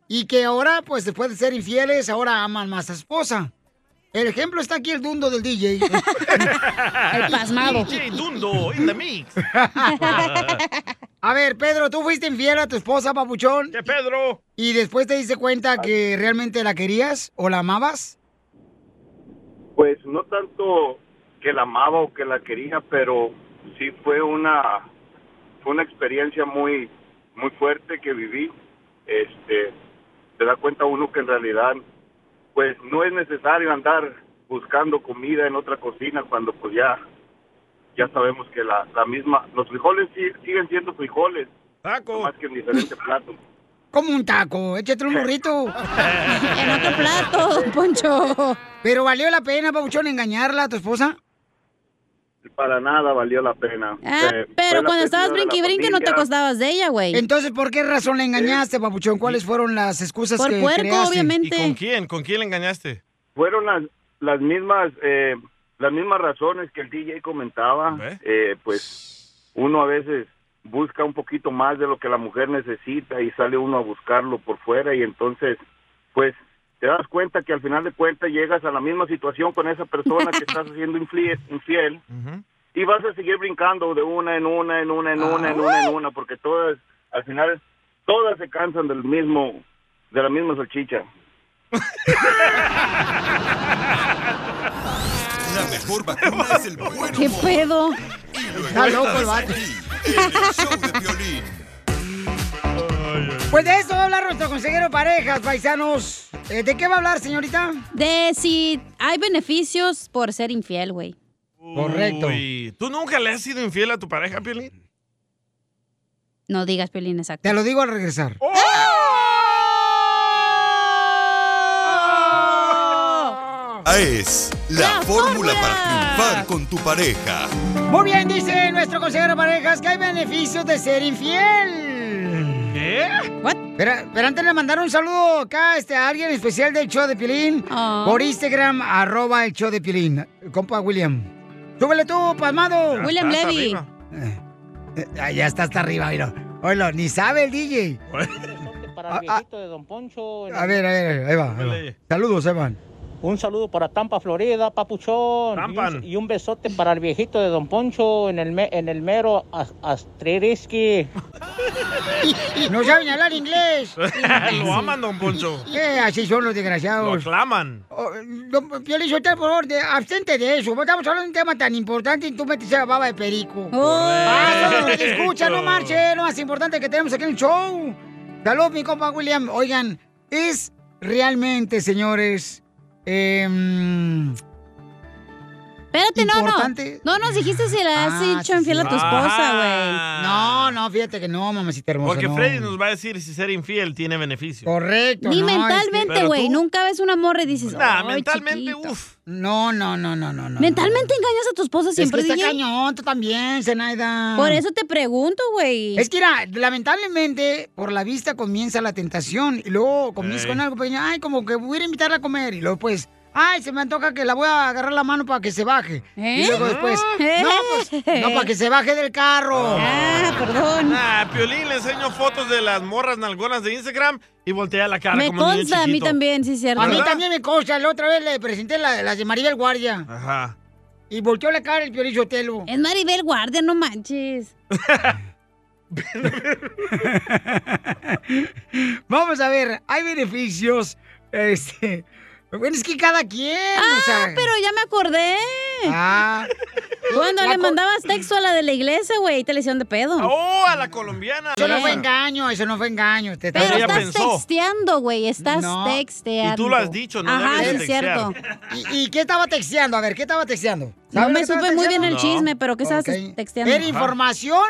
Y que ahora, pues después de ser infieles, ahora aman más a su esposa. El ejemplo está aquí el dundo del DJ. el pasmado. DJ Dundo in the mix. A ver, Pedro, tú fuiste infiel a tu esposa, papuchón. ¿Qué, Pedro? ¿Y después te diste cuenta que realmente la querías o la amabas? Pues no tanto que la amaba o que la quería, pero sí fue una fue una experiencia muy muy fuerte que viví. Este, se da cuenta uno que en realidad pues no es necesario andar buscando comida en otra cocina cuando pues ya ya sabemos que la, la misma los frijoles sí- siguen siendo frijoles, más que en diferentes platos. Como un taco, échate un burrito. en otro plato, Poncho. Pero valió la pena, Pabuchón, engañarla a tu esposa. para nada valió la pena. Ah, Eh, fue pero la cuando estabas pérdida de la brinque y brinque no te familia. acostabas de ella, güey. Entonces, ¿por qué razón la engañaste, papuchón? ¿Cuáles fueron las excusas que creaste? ¿Y con quién? ¿Con quién le engañaste? Fueron las, las mismas eh, las mismas razones que el DJ comentaba. Eh, pues uno a veces busca un poquito más de lo que la mujer necesita y sale uno a buscarlo por fuera y entonces pues te das cuenta que al final de cuentas llegas a la misma situación con esa persona que estás haciendo infli- infiel y vas a seguir brincando de una en una, en una, en una, en una, en una, porque todas, al final, todas se cansan del mismo, de la misma salchicha. La mejor vacuna es el buen ¿Qué humor. pedo? Está loco el vato. Pues de esto va a hablar nuestro consejero de parejas, paisanos. Eh, ¿De qué va a hablar, señorita? De si hay beneficios por ser infiel, güey. Correcto. Uy, ¿Tú nunca le has sido infiel a tu pareja, Piolín? No digas, Pelín, exacto. Te lo digo al regresar. Ah, Es la, fórmula para triunfar con tu pareja. Muy bien, dice nuestro consejero de parejas que hay beneficios de ser infiel. ¿Qué? ¿Eh? Pero, pero antes le mandaron un saludo acá este, a alguien especial del show de Pilín Ah. por Instagram, arroba el show de Pilín. Compa William. Súbele tú, pasmado. Ya William estás Levy. arriba. Eh, eh, ya está hasta arriba, oílo. Oílo, ni sabe el DJ. Ah, Para el viejito de Don Poncho. A ver, a ver, ahí va. ahí va. Saludos, Evan. Un saludo para Tampa, Florida, Papuchón. Y un, y un besote para el viejito de Don Poncho en el, me- en el mero as- Astririski. No saben hablar inglés. Ah, Lo aman, don Poncho. Eh, así son los desgraciados. Lo aclaman. Oh, Don Piolín Sotelo, por favor, de- abstente de eso. porque Estamos hablando de un tema tan importante y tú metes a baba de perico. Pásalo, no te escucha, no marche. Lo más importante que tenemos aquí en el show. Salud, mi compa William. Oigan, es realmente, señores, em, Espérate, no, Importante. no. No nos dijiste si le has Ah, hecho infiel a tu esposa, güey. No, no, fíjate que no, mamacita hermosa. Porque no. Freddy nos va a decir si ser infiel tiene beneficio. Correcto. Ni no, es que- mentalmente, güey. Nunca ves una morra y dices. Nah, "Ay, mentalmente, chiquito". No, no, no, no, no. no. Mentalmente engañas a tu esposa Es que siempre, está DJ. cañón, tú también, Zenaida. Por eso te pregunto, güey. Es que, mira, lamentablemente, por la vista comienza la tentación. Y luego comienza Ey. con algo pequeño. Ay, como que voy a ir a invitarla a comer. Y luego, pues, ay, se me antoja que la voy a agarrar la mano para que se baje. ¿Eh? Y luego después, ¿Eh? no, pues, no, para que se baje del carro. Ah, perdón. Ah, Piolín le enseño fotos de las morras nalgonas de Instagram y voltea la cara Me como niño consta, a mí chiquito. también, sí, es cierto. A mí ¿Verdad? también me consta. La otra vez le presenté la, las de Maribel Guardia. Ajá. Y volteó la cara el Piolín Sotelo. Es Maribel Guardia, no manches. Vamos a ver, hay beneficios. Este. Bueno, es que cada quien. Ah, pero ya me acordé. Ah. Cuando La le co- mandabas texto a la de la iglesia, güey, te le hicieron de pedo. ¡Oh, a la colombiana! Eso no fue engaño, eso no fue engaño. Te Pero Ella estás pensó. texteando, güey, estás No. texteando. Y tú lo has dicho, no Ajá, debes de sí, es cierto. ¿Y, y qué estaba texteando? A ver, ¿qué estaba texteando? No ¿Sabes me qué estaba supe muy bien el texteando? chisme, pero ¿qué estabas Ok. texteando? Hmm. Era información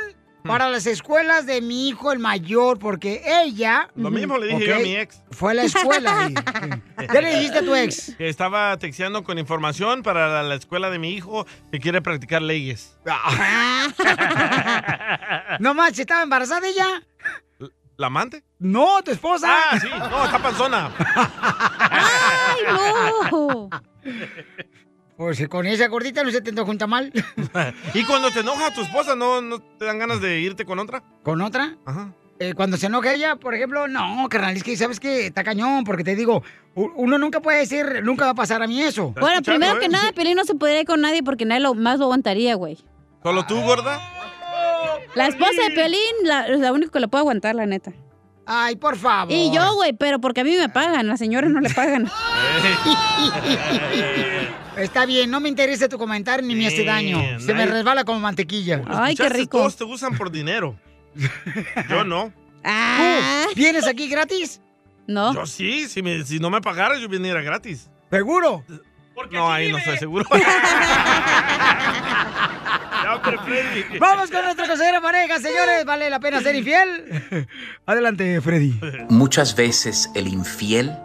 para las escuelas de mi hijo, el mayor, porque ella... Lo mismo le dije yo a ok, mi ex. Fue a la escuela. y- ¿Qué le dijiste a tu ex? Que estaba texteando con información para la, la escuela de mi hijo que quiere practicar leyes. No manches, ¿estaba embarazada ella? ¿La amante? No, tu esposa. Ah, sí. No, está panzona. ¡Ay, Uh. no! Pues con esa gordita no se te junta mal. ¿Y cuando te enoja tu esposa, no, no te dan ganas de irte con otra? ¿Con otra? Ajá. Eh, cuando se enoja ella, por ejemplo, no, carnal, es que sabes que está cañón, porque te digo, u- uno nunca puede decir, nunca va a pasar a mí eso. Bueno, eh? eh? primero que nada, Pelín no se podría ir con nadie porque nadie lo, más lo aguantaría, güey. ¿Solo tú, gorda? La esposa de Piolín la, es la única que lo puede aguantar, la neta. Ay, por favor. Y yo, güey, pero porque a mí me pagan, las señoras no le pagan. Está bien, no me interesa tu comentario ni me hace daño. Se me nadie- resbala como mantequilla. ¿Escuchaste? Todos te usan por dinero. Yo no. ¿Tú vienes aquí gratis? Ah. No. Yo sí. Si, me- si no me pagaras, yo viniera gratis. ¿Seguro? No, ahí no estoy seguro. Ya, hombre, Freddy. Vamos con nuestra consejera pareja, señores. ¿Vale la pena ser infiel? Adelante, Freddy. Muchas veces el infiel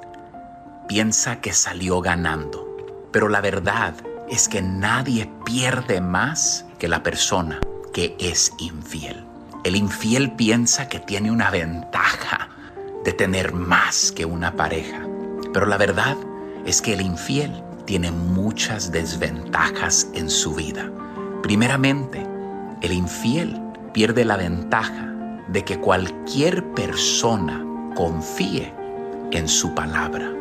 piensa que salió ganando, pero la verdad es que nadie pierde más que la persona que es infiel. El infiel piensa que tiene una ventaja de tener más que una pareja, pero la verdad es que el infiel tiene muchas desventajas en su vida. Primeramente, el infiel pierde la ventaja de que cualquier persona confíe en su palabra.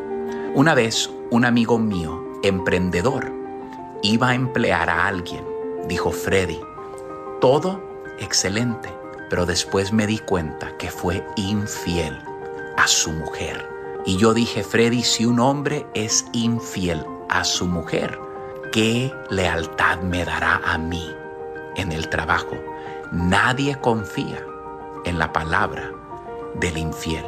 Una vez un amigo mío, emprendedor, iba a emplear a alguien. Dijo Freddy, todo excelente, pero después me di cuenta que fue infiel a su mujer. Y yo dije, Freddy, si un hombre es infiel a su mujer, ¿qué lealtad me dará a mí en el trabajo? Nadie confía en la palabra del infiel.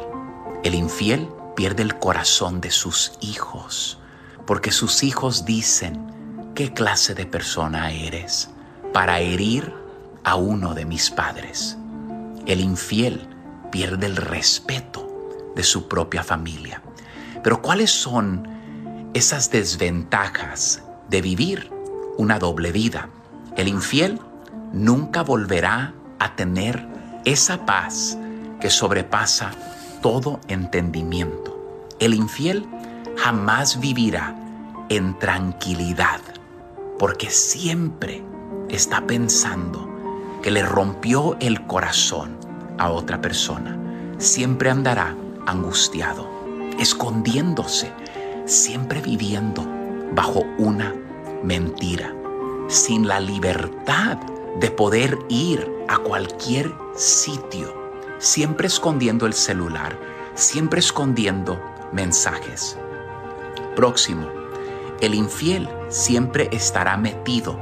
El infiel pierde el corazón de sus hijos, porque sus hijos dicen, ¿qué clase de persona eres para herir a uno de mis padres? El infiel pierde el respeto de su propia familia. Pero ¿cuáles son esas desventajas de vivir una doble vida? El infiel nunca volverá a tener esa paz que sobrepasa todo entendimiento. El infiel jamás vivirá en tranquilidad porque siempre está pensando que le rompió el corazón a otra persona. Siempre andará angustiado, escondiéndose, siempre viviendo bajo una mentira, sin la libertad de poder ir a cualquier sitio, siempre escondiendo el celular, siempre escondiendo mensajes. Próximo, el infiel siempre estará metido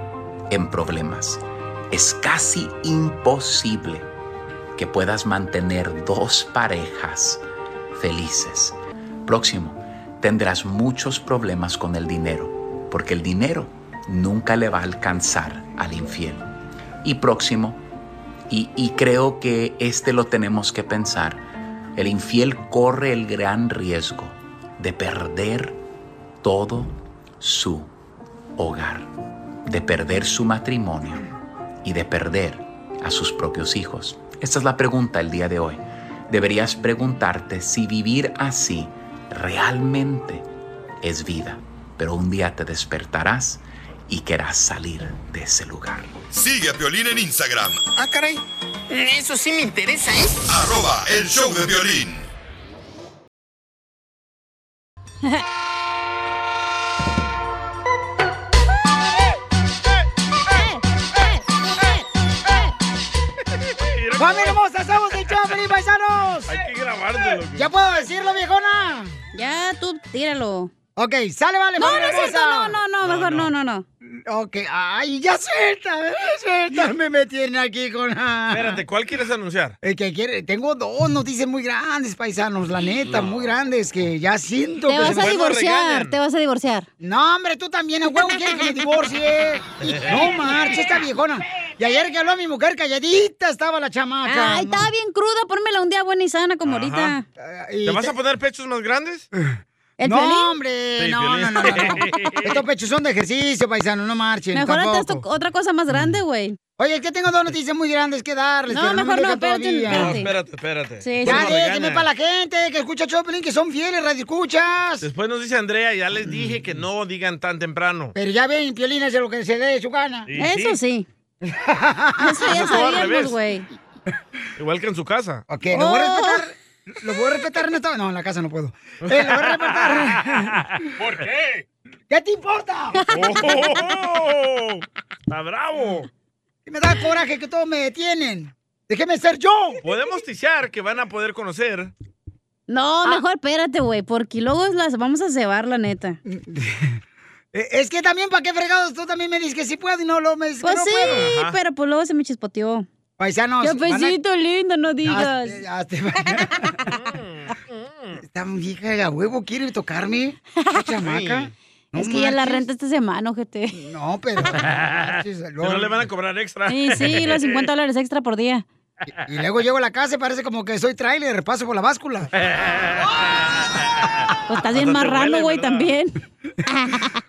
en problemas. Es casi imposible que puedas mantener dos parejas felices. Próximo, tendrás muchos problemas con el dinero, porque el dinero nunca le va a alcanzar al infiel. Y próximo, y, y, creo que este lo tenemos que pensar, el infiel corre el gran riesgo de perder todo su hogar, de perder su matrimonio y de perder a sus propios hijos. Esta es la pregunta el día de hoy deberías preguntarte si vivir así realmente es vida. Pero un día te despertarás y querrás salir de ese lugar. Sigue a Violín en Instagram. Ah, caray. Eso sí me interesa, ¿eh? Arroba el show de violín. ¡Familia hermosa! ¡Somos el Choplin, paisanos! Hay que grabártelo. güey. ¿Ya puedo decirlo, viejona? Ya, tú tíralo. Ok, sale, vale, No, no familia es cierto, hermosa. no, no, no, mejor no, no, no. Ok, ay, ya suelta, suelta, me metieron aquí con... Espérate, ¿cuál quieres anunciar? El que quiere, tengo dos noticias muy grandes, paisanos, la neta, muy grandes, que ya siento Te que... vas a divorciar, te vas a divorciar. No, hombre, tú también, a huevo, quieres que me divorcie. No marches, esta viejona. Y ayer que habló mi mujer, calladita estaba la chamaca. Ay, estaba bien cruda, pónmela un día buena y sana como ahorita. ¿Te vas a poner pechos más grandes? ¿El Eh, no, Piolín? hombre, Sí, no, no, Piolín. no, no. Estos pechos son de ejercicio, paisano, no marchen. Mejor tampoco. antes tu- otra cosa más grande, güey. Mm. Oye, es que tengo dos noticias muy grandes que darles. No, pero mejor no, Este, deja espérate, todavía. No, espérate, espérate. Ya Ponlo de déjenme gana. para la gente que escucha Choplin, que son fieles, radio escuchas. Después nos dice Andrea, ya les dije Mm. que no digan tan temprano. Pero ya ven, Piolina hace lo que se dé de su gana. Sí, Eso sí. Eso ya Todo al sabíamos, revés. güey. Igual que en su casa. Ok, lo voy a respetar. Oh. Lo voy a respetar en esta... No, en la casa no puedo. Eh, lo voy a respetar. ¿Por qué? ¿Qué te importa? Oh, ¡Está bravo! Me da coraje que todos me detienen. Déjeme ser yo. Podemos ticiar que van a poder conocer. No, mejor espérate, güey, porque luego las vamos a cebar, la neta. Eh, Es que también, ¿para qué fregados? Tú también me dices que sí puedo y no lo me dices que Pues no sí, puedo. pero pues luego se me chispoteó. Paisanos. Qué van a- besito lindo, no digas. Ya- ya te- Esta vieja de a huevo quiere tocarme. Esta chamaca. No es que ya la manches. renta esta semana, ojete. No, pero. Que no le van a cobrar extra. Sí, sí, los 50 dólares extra por día. Y luego llego a la casa y parece como que soy trailer, paso por la báscula. Pues estás bien marrano, güey, también.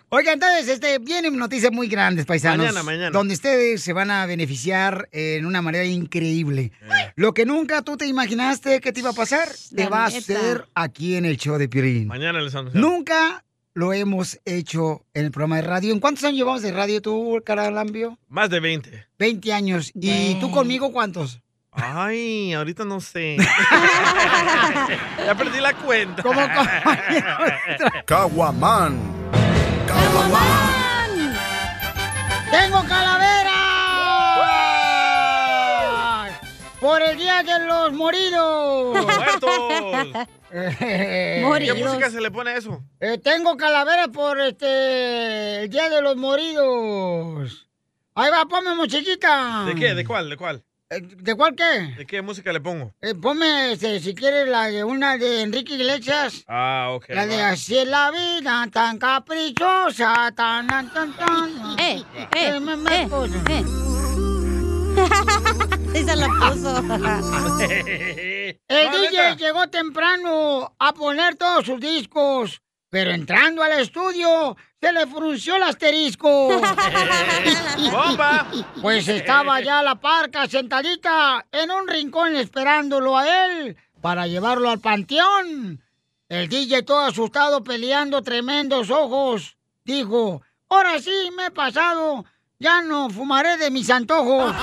Oiga, entonces, este, vienen noticias muy grandes, paisanos. Mañana, mañana. Donde ustedes se van a beneficiar eh, en una manera increíble. Eh. Lo que nunca tú te imaginaste que te iba a pasar, te La va a neta. hacer aquí en el show de Piolín. Mañana les anunciamos. Nunca lo hemos hecho en el programa de radio. ¿En cuántos años llevamos de radio tú, Caralambio? Más de 20. 20 años. ¿Y tú conmigo cuántos? Ay, ahorita no sé. ya perdí la cuenta. ¿Cómo, Caguaman. ¡Tengo calavera! ¡Por el día de los moridos! ¡Muertos! ¿Qué música se le pone a eso? Eh, tengo calaveras por este el Día de los Moridos. Ahí va, ponme musiquita. ¿De qué? ¿De cuál? ¿De cuál? Eh, ¿De cuál qué? ¿De qué música le pongo? Eh, ponme, este, si quieres, la de una de Enrique Iglesias. Ah, ok. La de va. así es la vida, tan caprichosa, tan, tan, tan, tan. Eh, eh, me, me puso. Esa la puso. El Eh, No, DJ neta. llegó temprano a poner todos sus discos, pero entrando al estudio se le frunció el asterisco. ¡Bomba! Pues estaba ya la parca sentadita en un rincón esperándolo a él para llevarlo al panteón. El DJ todo asustado peleando tremendos ojos, dijo, ahora sí me he pasado, ya no fumaré de mis antojos.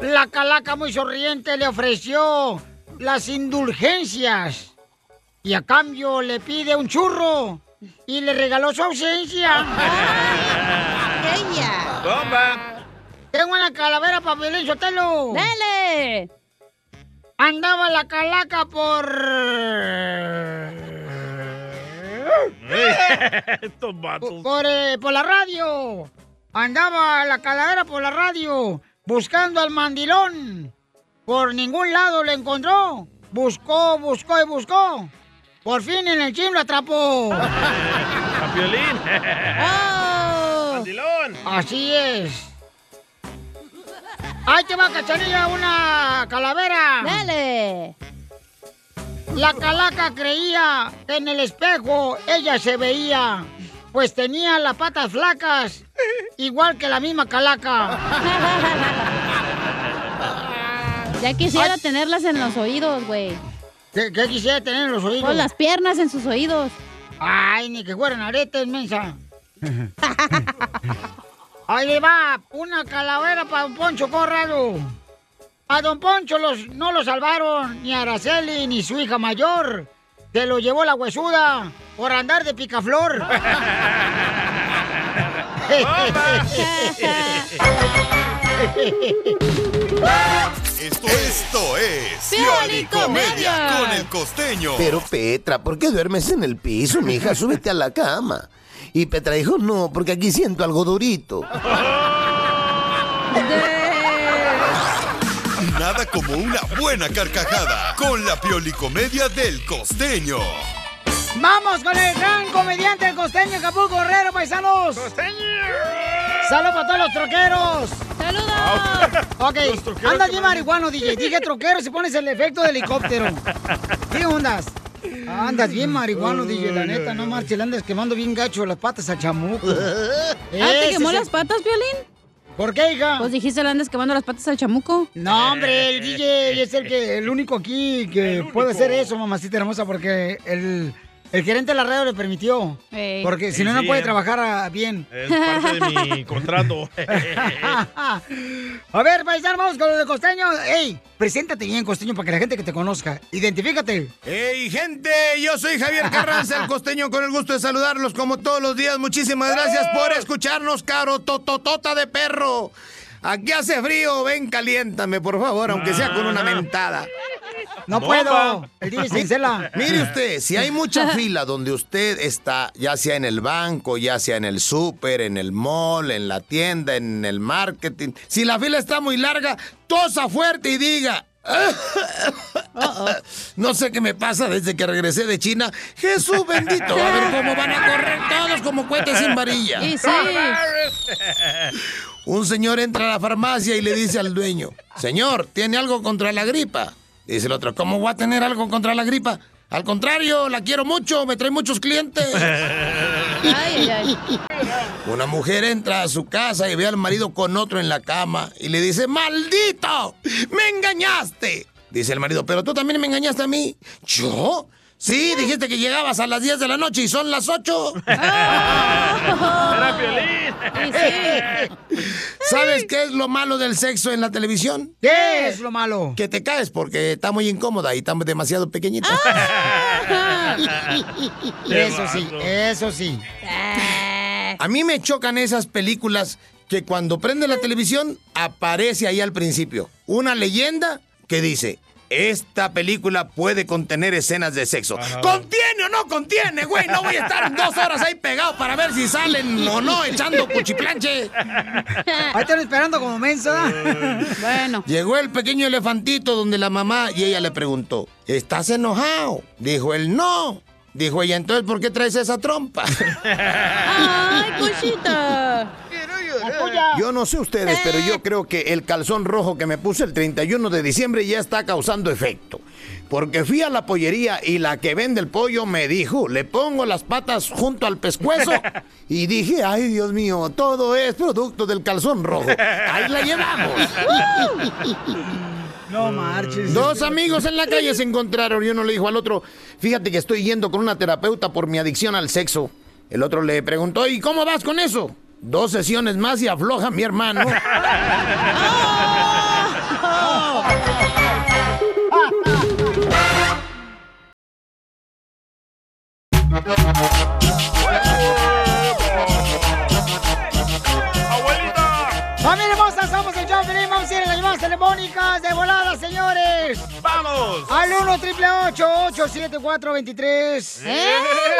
La calaca muy sonriente le ofreció las indulgencias y a cambio le pide un churro y le regaló su ausencia. ¡Ella! ¡Bomba! Tengo una calavera para Piolín Sotelo. ¡Dale! Andaba la calaca por... Estos vatos. por, eh, por la radio. Andaba la calavera por la radio buscando al mandilón. Por ningún lado lo encontró. Buscó, buscó y buscó. Por fin en el gym lo atrapó. ¡A violín! ¡Mandilón! Así es. Ahí te va, cachanilla, una calavera. Dale. La calaca creía que en el espejo ella se veía, pues tenía las patas flacas, igual que la misma calaca. Ya quisiera tenerlas en los oídos, güey. ¿Qué, quisiera tener en los oídos? Con las piernas en sus oídos. Ay, ni que fueran aretes, mensa. Ahí le va una calavera para don Poncho Corrado. A don Poncho los- no lo salvaron ni Araceli ni su hija mayor. Se lo llevó la huesuda por andar de picaflor. Esto, esto es Piolicomedia con el costeño. Pero Petra, ¿por qué duermes en el piso, mija? Súbete a la cama. Y Petra dijo, no, porque aquí siento algo durito. Nada como una buena carcajada con la Piolicomedia del costeño. Vamos con el gran comediante el costeño Capul Correro, paisanos. Costeño. Saludos para todos los troqueros. Saludos. Los Ok, troqueros anda que mandan. bien marihuano, DJ. Dije troquero si pones el efecto del helicóptero. ¿Qué ondas? Andas bien marihuano, DJ, la neta, no marches, le andas quemando bien gacho las patas al chamuco. ¿Ah, te quemó las patas, Violín? ¿Por qué, hija? Pues dijiste, le andas quemando las patas al chamuco. No, hombre, el DJ es el que el único aquí que puede hacer eso, mamacita hermosa, porque el, el gerente de la radio le permitió. Ey. Porque si no, Ey, no sí, puede eh. trabajar ah, bien. Es parte de mi contrato. Ah, A ver, paisano, vamos con lo de costeño. Ey, preséntate bien, costeño, para que la gente que te conozca. Identifícate. ¡Hey, gente! Yo soy Javier Carranza, el costeño, con el gusto de saludarlos como todos los días. Muchísimas gracias por escucharnos, caro tototota de perro. Aquí hace frío, ven, caliéntame, por favor, aunque sea con una mentada. No puedo. El DJ se encela. Mire usted, si hay mucha fila donde usted está, ya sea en el banco, ya sea en el súper, en el mall, en la tienda, en el marketing, si la fila está muy larga, tosa fuerte y diga. No sé qué me pasa desde que regresé de China. Jesús bendito, a ver cómo van a correr todos como cohetes sin varilla. Y sí. Un señor entra a la farmacia y le dice al dueño, señor, ¿tiene algo contra la gripa? Dice el otro, ¿cómo voy a tener algo contra la gripa? Al contrario, la quiero mucho, me trae muchos clientes. Una mujer entra a su casa y ve al marido con otro en la cama y le dice, ¡Maldito! ¡Me engañaste! Dice el marido, pero tú también me engañaste a mí. ¿Yo? Sí, dijiste que llegabas a las 10 de la noche y son las 8. ¿Sabes qué es lo malo del sexo en la televisión? ¿Qué es lo malo? Que te caes porque está muy incómoda y está demasiado pequeñita. Ah. eso sí, eh. eso sí. A mí me chocan esas películas que cuando prende la televisión aparece ahí al principio una leyenda que dice, esta película puede contener escenas de sexo. ¿Contiene o no contiene, güey? No voy a estar dos horas ahí pegado para ver si salen o no echando cuchiplanche. Ahí están esperando como ¿ah? mensa. bueno. Llegó el pequeño elefantito donde la mamá y ella le preguntó, ¿estás enojado? Dijo él, no. Dijo ella, entonces, ¿por qué traes esa trompa? ¡Ay, cosita! Yo no sé ustedes, pero yo creo que el calzón rojo que me puse el 31 de diciembre ya está causando efecto. Porque fui a la pollería y la que vende el pollo me dijo, le pongo las patas junto al pescuezo. Y dije, ay Dios mío, todo es producto del calzón rojo. Ahí la llevamos. No marches. Dos amigos en la calle se encontraron y uno le dijo al otro, fíjate que estoy yendo con una terapeuta por mi adicción al sexo. El otro le preguntó, ¿y cómo vas con eso? Dos sesiones más y afloja mi hermano. ¡Familia hermosa! Somos el show de Piolín. Vamos a ir a las llamadas telefónicas de volada, señores. ¡Vamos! Al 1 triple 874 23 ¡Eh,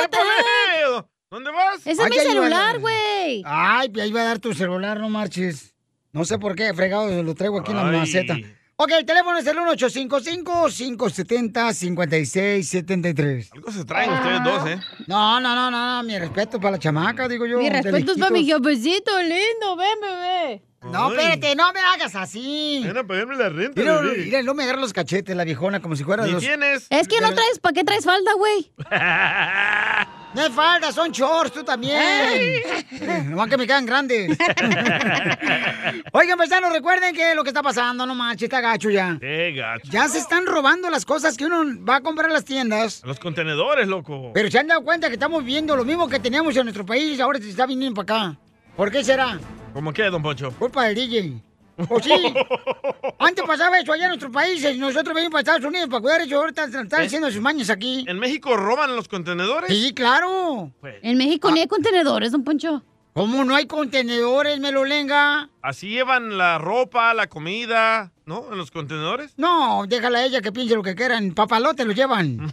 no te veo! ¿Dónde vas? Ese es mi celular, güey. Ay, pues ahí va a dar tu celular, no marches. No sé por qué, fregado, lo traigo aquí en la Ay. maceta. Ok, el teléfono es el 1855-570-5673. Algo se Ah. traen ustedes dos, ¿eh? No, no, no, no, no, mi respeto para la chamaca, digo yo. Mi de respeto es para mi lejitos. jefecito, lindo, ven, bebé. No, espérate, no me hagas así. Ven a pagarme pues, la renta, Mira, bebé. mira, no me agarra los cachetes, la viejona, como si fuera Ni los... tienes. Es que no traes, ¿para qué traes falda, güey? No es falda, son shorts, tú también. Nomás que me quedan grandes. Oigan, paisanos, recuerden que lo que está pasando, no manches, está gacho ya. ¡Qué gacho! Ya se están robando las cosas que uno va a comprar a las tiendas. Los contenedores, loco. Pero se han dado cuenta que estamos viendo lo mismo que teníamos en nuestro país, ahora se está viniendo para acá. ¿Por qué será? ¿Cómo qué, don Poncho? Culpa del DJ. ¿O sí? Antes pasaba eso allá en nuestros países, nosotros venimos para Estados Unidos para cuidar eso, ahorita están haciendo sus mañas aquí. ¿Eh? ¿En México roban los contenedores? Sí, claro. En México ni hay contenedores, don Poncho. ¿Cómo no hay contenedores, Melolenga? Así llevan la ropa, la comida, ¿no? En los contenedores. No, déjala a ella que piense lo que quieran. Papalote lo llevan.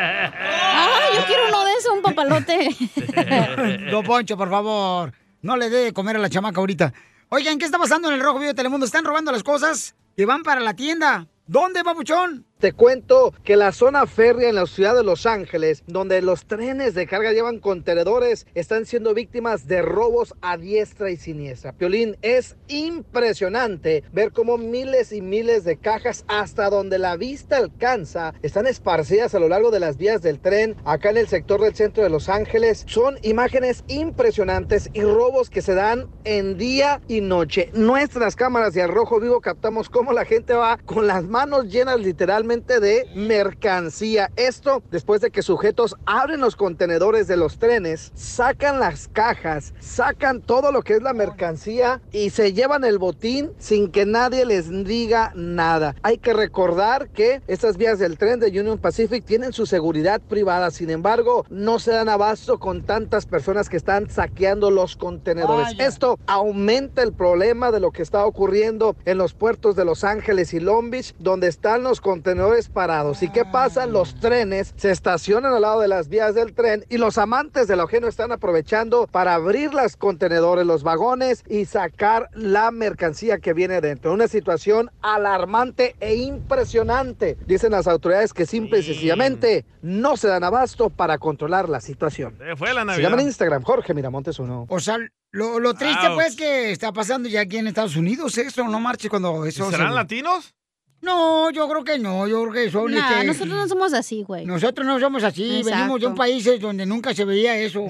Ah, yo quiero uno de esos, un papalote. Don Poncho, por favor. No le dé de comer a la chamaca ahorita. Oigan, ¿qué está pasando en el Rojo Vivo de Telemundo? Están robando las cosas que van para la tienda. ¿Dónde, papuchón? Te cuento que la zona férrea en la ciudad de Los Ángeles, donde los trenes de carga llevan contenedores, están siendo víctimas de robos a diestra y siniestra. Piolín, es impresionante ver cómo miles y miles de cajas hasta donde la vista alcanza están esparcidas a lo largo de las vías del tren acá en el sector del centro de Los Ángeles. Son imágenes impresionantes y robos que se dan en día y noche. Nuestras cámaras de Al Rojo Vivo captamos cómo la gente va con las manos llenas literalmente de mercancía. Esto después de que sujetos abren los contenedores de los trenes, sacan las cajas, sacan todo lo que es la mercancía y se llevan el botín sin que nadie les diga nada. Hay que recordar que estas vías del tren de Union Pacific tienen su seguridad privada. Sin embargo, no se dan abasto con tantas personas que están saqueando los contenedores. Vaya. Esto aumenta el problema de lo que está ocurriendo en los puertos de Los Ángeles y Long Beach, donde están los contenedores parados. ¿Y qué pasa? Los trenes se estacionan al lado de las vías del tren y los amantes del ajeno están aprovechando para abrir los contenedores, los vagones y sacar la mercancía que viene dentro. Una situación alarmante e impresionante. Dicen las autoridades que simple y sencillamente no se dan abasto para controlar la situación. Se fue la Sígame en Navidad. Instagram, Jorge Miramontes uno. O sea, lo, lo triste Ouch. ¿eh? pues que está pasando ya aquí en Estados Unidos eso, no marches cuando eso... ¿Serán se- latinos? No, yo creo que no, yo creo que son... Nah, este, nosotros no somos así, güey. nosotros no somos así, venimos de un Exacto. país donde nunca se veía eso.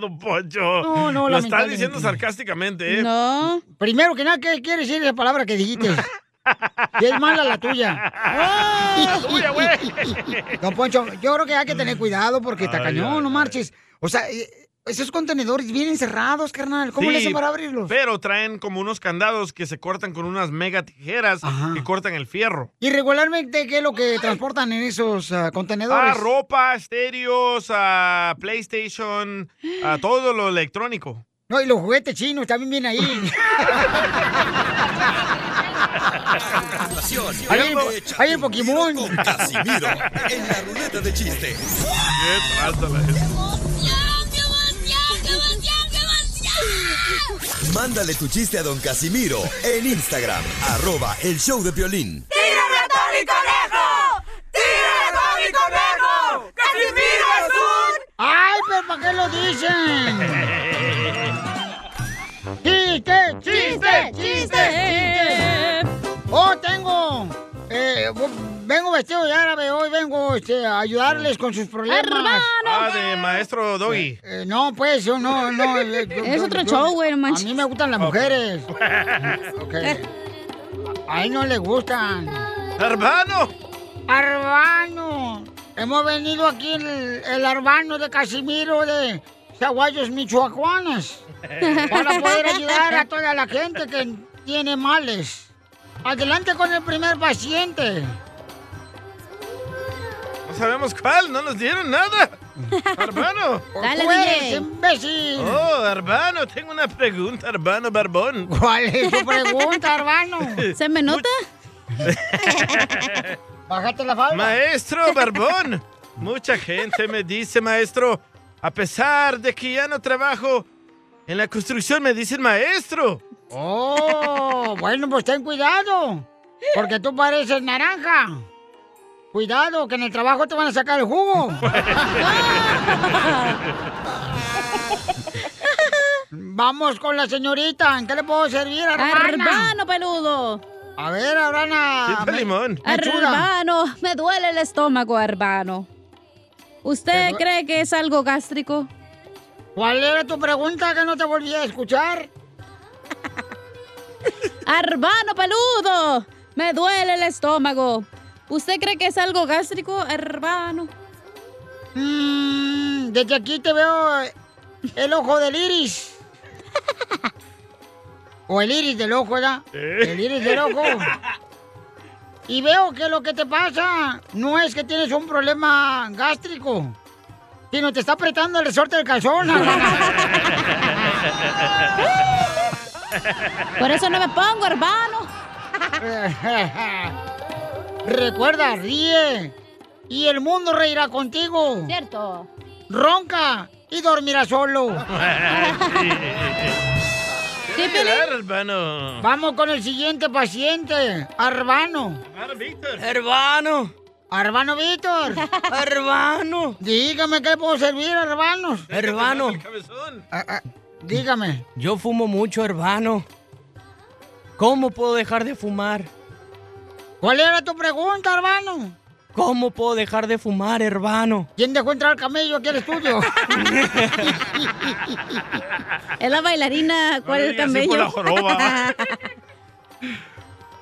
Don Poncho. No, no, Lo está lamentablemente. diciendo sarcásticamente, ¿eh? No. Primero que nada, ¿qué quiere decir esa palabra que dijiste? Que es mala la tuya. tuya, güey! Don Poncho, yo creo que hay que tener cuidado porque está Ay, cañón, ay, no marches. O sea, eh, esos contenedores vienen cerrados, carnal. ¿Cómo le Sí, hacen para abrirlos? Pero traen como unos candados que se cortan con unas mega tijeras y cortan el fierro. Y regularmente, ¿qué es lo que transportan en esos ah, contenedores? Ah, ropa, estéreos, ah, PlayStation, a todo lo electrónico. No, y los juguetes chinos también vienen ahí. Hay el, hay el Pokémon. Casimiro en la ruleta de chistes. ¡Qué Mándale tu chiste a don Casimiro en Instagram, arroba el show de violín. ¡Tírame a Tony Conejo! ¡Tírame a Tony Conejo! ¡Casimiro es un... ¡Ay, pero para qué lo dicen! ¡Chiste, chiste, chiste, chiste! ¡Oh, tengo! eh, bu- vengo vestido de árabe, hoy vengo este, a ayudarles con sus problemas. Ah, de maestro Doggy. Eh, no, pues, yo no, no. eh, yo- Es yo- otro yo- show, güey, no A manches. mí me gustan las mujeres. Ok. A él no le gustan. ¡Hermano! ¡Hermano! Hemos venido aquí el, el hermano de Casimiro de Zaguayos Michoacuanas para poder ayudar a toda la gente que tiene males. Adelante con el primer paciente. No sabemos cuál, no nos dieron nada. Hermano. Dale, Tú eres DJ. imbécil. Oh, hermano, tengo una pregunta, hermano Barbón. ¿Cuál es tu pregunta, hermano? ¿Se me nota? Bájate la falda. Maestro Barbón, mucha gente me dice, maestro, a pesar de que ya no trabajo en la construcción, me dicen maestro. Oh, bueno, pues ten cuidado. Porque tú pareces naranja. Cuidado, que en el trabajo te van a sacar el jugo. Vamos con la señorita. ¿En qué le puedo servir, hermana? Hermano peludo. A ver, hermana. Quita limón. Hermano, me duele el estómago, hermano. ¿Usted cree que es algo gástrico? ¿Cuál era tu pregunta que no te volví a escuchar? Hermano peludo, me duele el estómago. ¿Usted cree que es algo gástrico, hermano? Mm, desde aquí te veo eh, el ojo del iris. O el iris del ojo, ¿verdad? El iris del ojo. Y veo que lo que te pasa no es que tienes un problema gástrico, sino te está apretando el resorte del calzón. Por eso no me pongo, hermano. Ah. Recuerda, ríe. Y el mundo reirá contigo. Cierto. Ronca y dormirá solo. ¿Qué llorar, hermano? Vamos con el siguiente paciente, Arbano. Arbano. Arbano Víctor. Arbano. Dígame qué puedo servir, Arbanos. Hermano. Ah, ah, dígame. Yo fumo mucho, hermano. ¿Cómo puedo dejar de fumar? ¿Cuál era tu pregunta, hermano? ¿Cómo puedo dejar de fumar, hermano? ¿Quién dejó entrar al camello aquí al estudio? Es la bailarina, ¿cuál es el camello?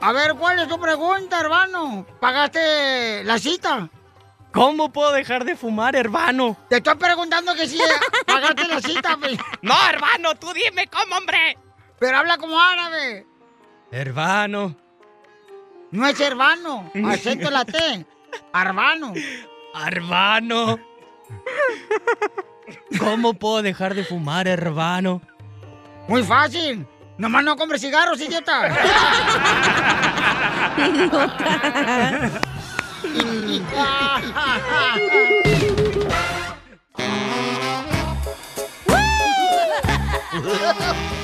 A ver, ¿cuál es tu pregunta, hermano? ¿Pagaste la cita? ¿Cómo puedo dejar de fumar, hermano? Te estoy preguntando que si pagaste la cita. pe- No, hermano, tú dime cómo, hombre. Pero habla como árabe. Hermano. No es hermano. Acento la T. Arbano. Hermano. ¿Cómo puedo dejar de fumar, hermano? Muy fácil. Nomás no compres cigarros, idiota.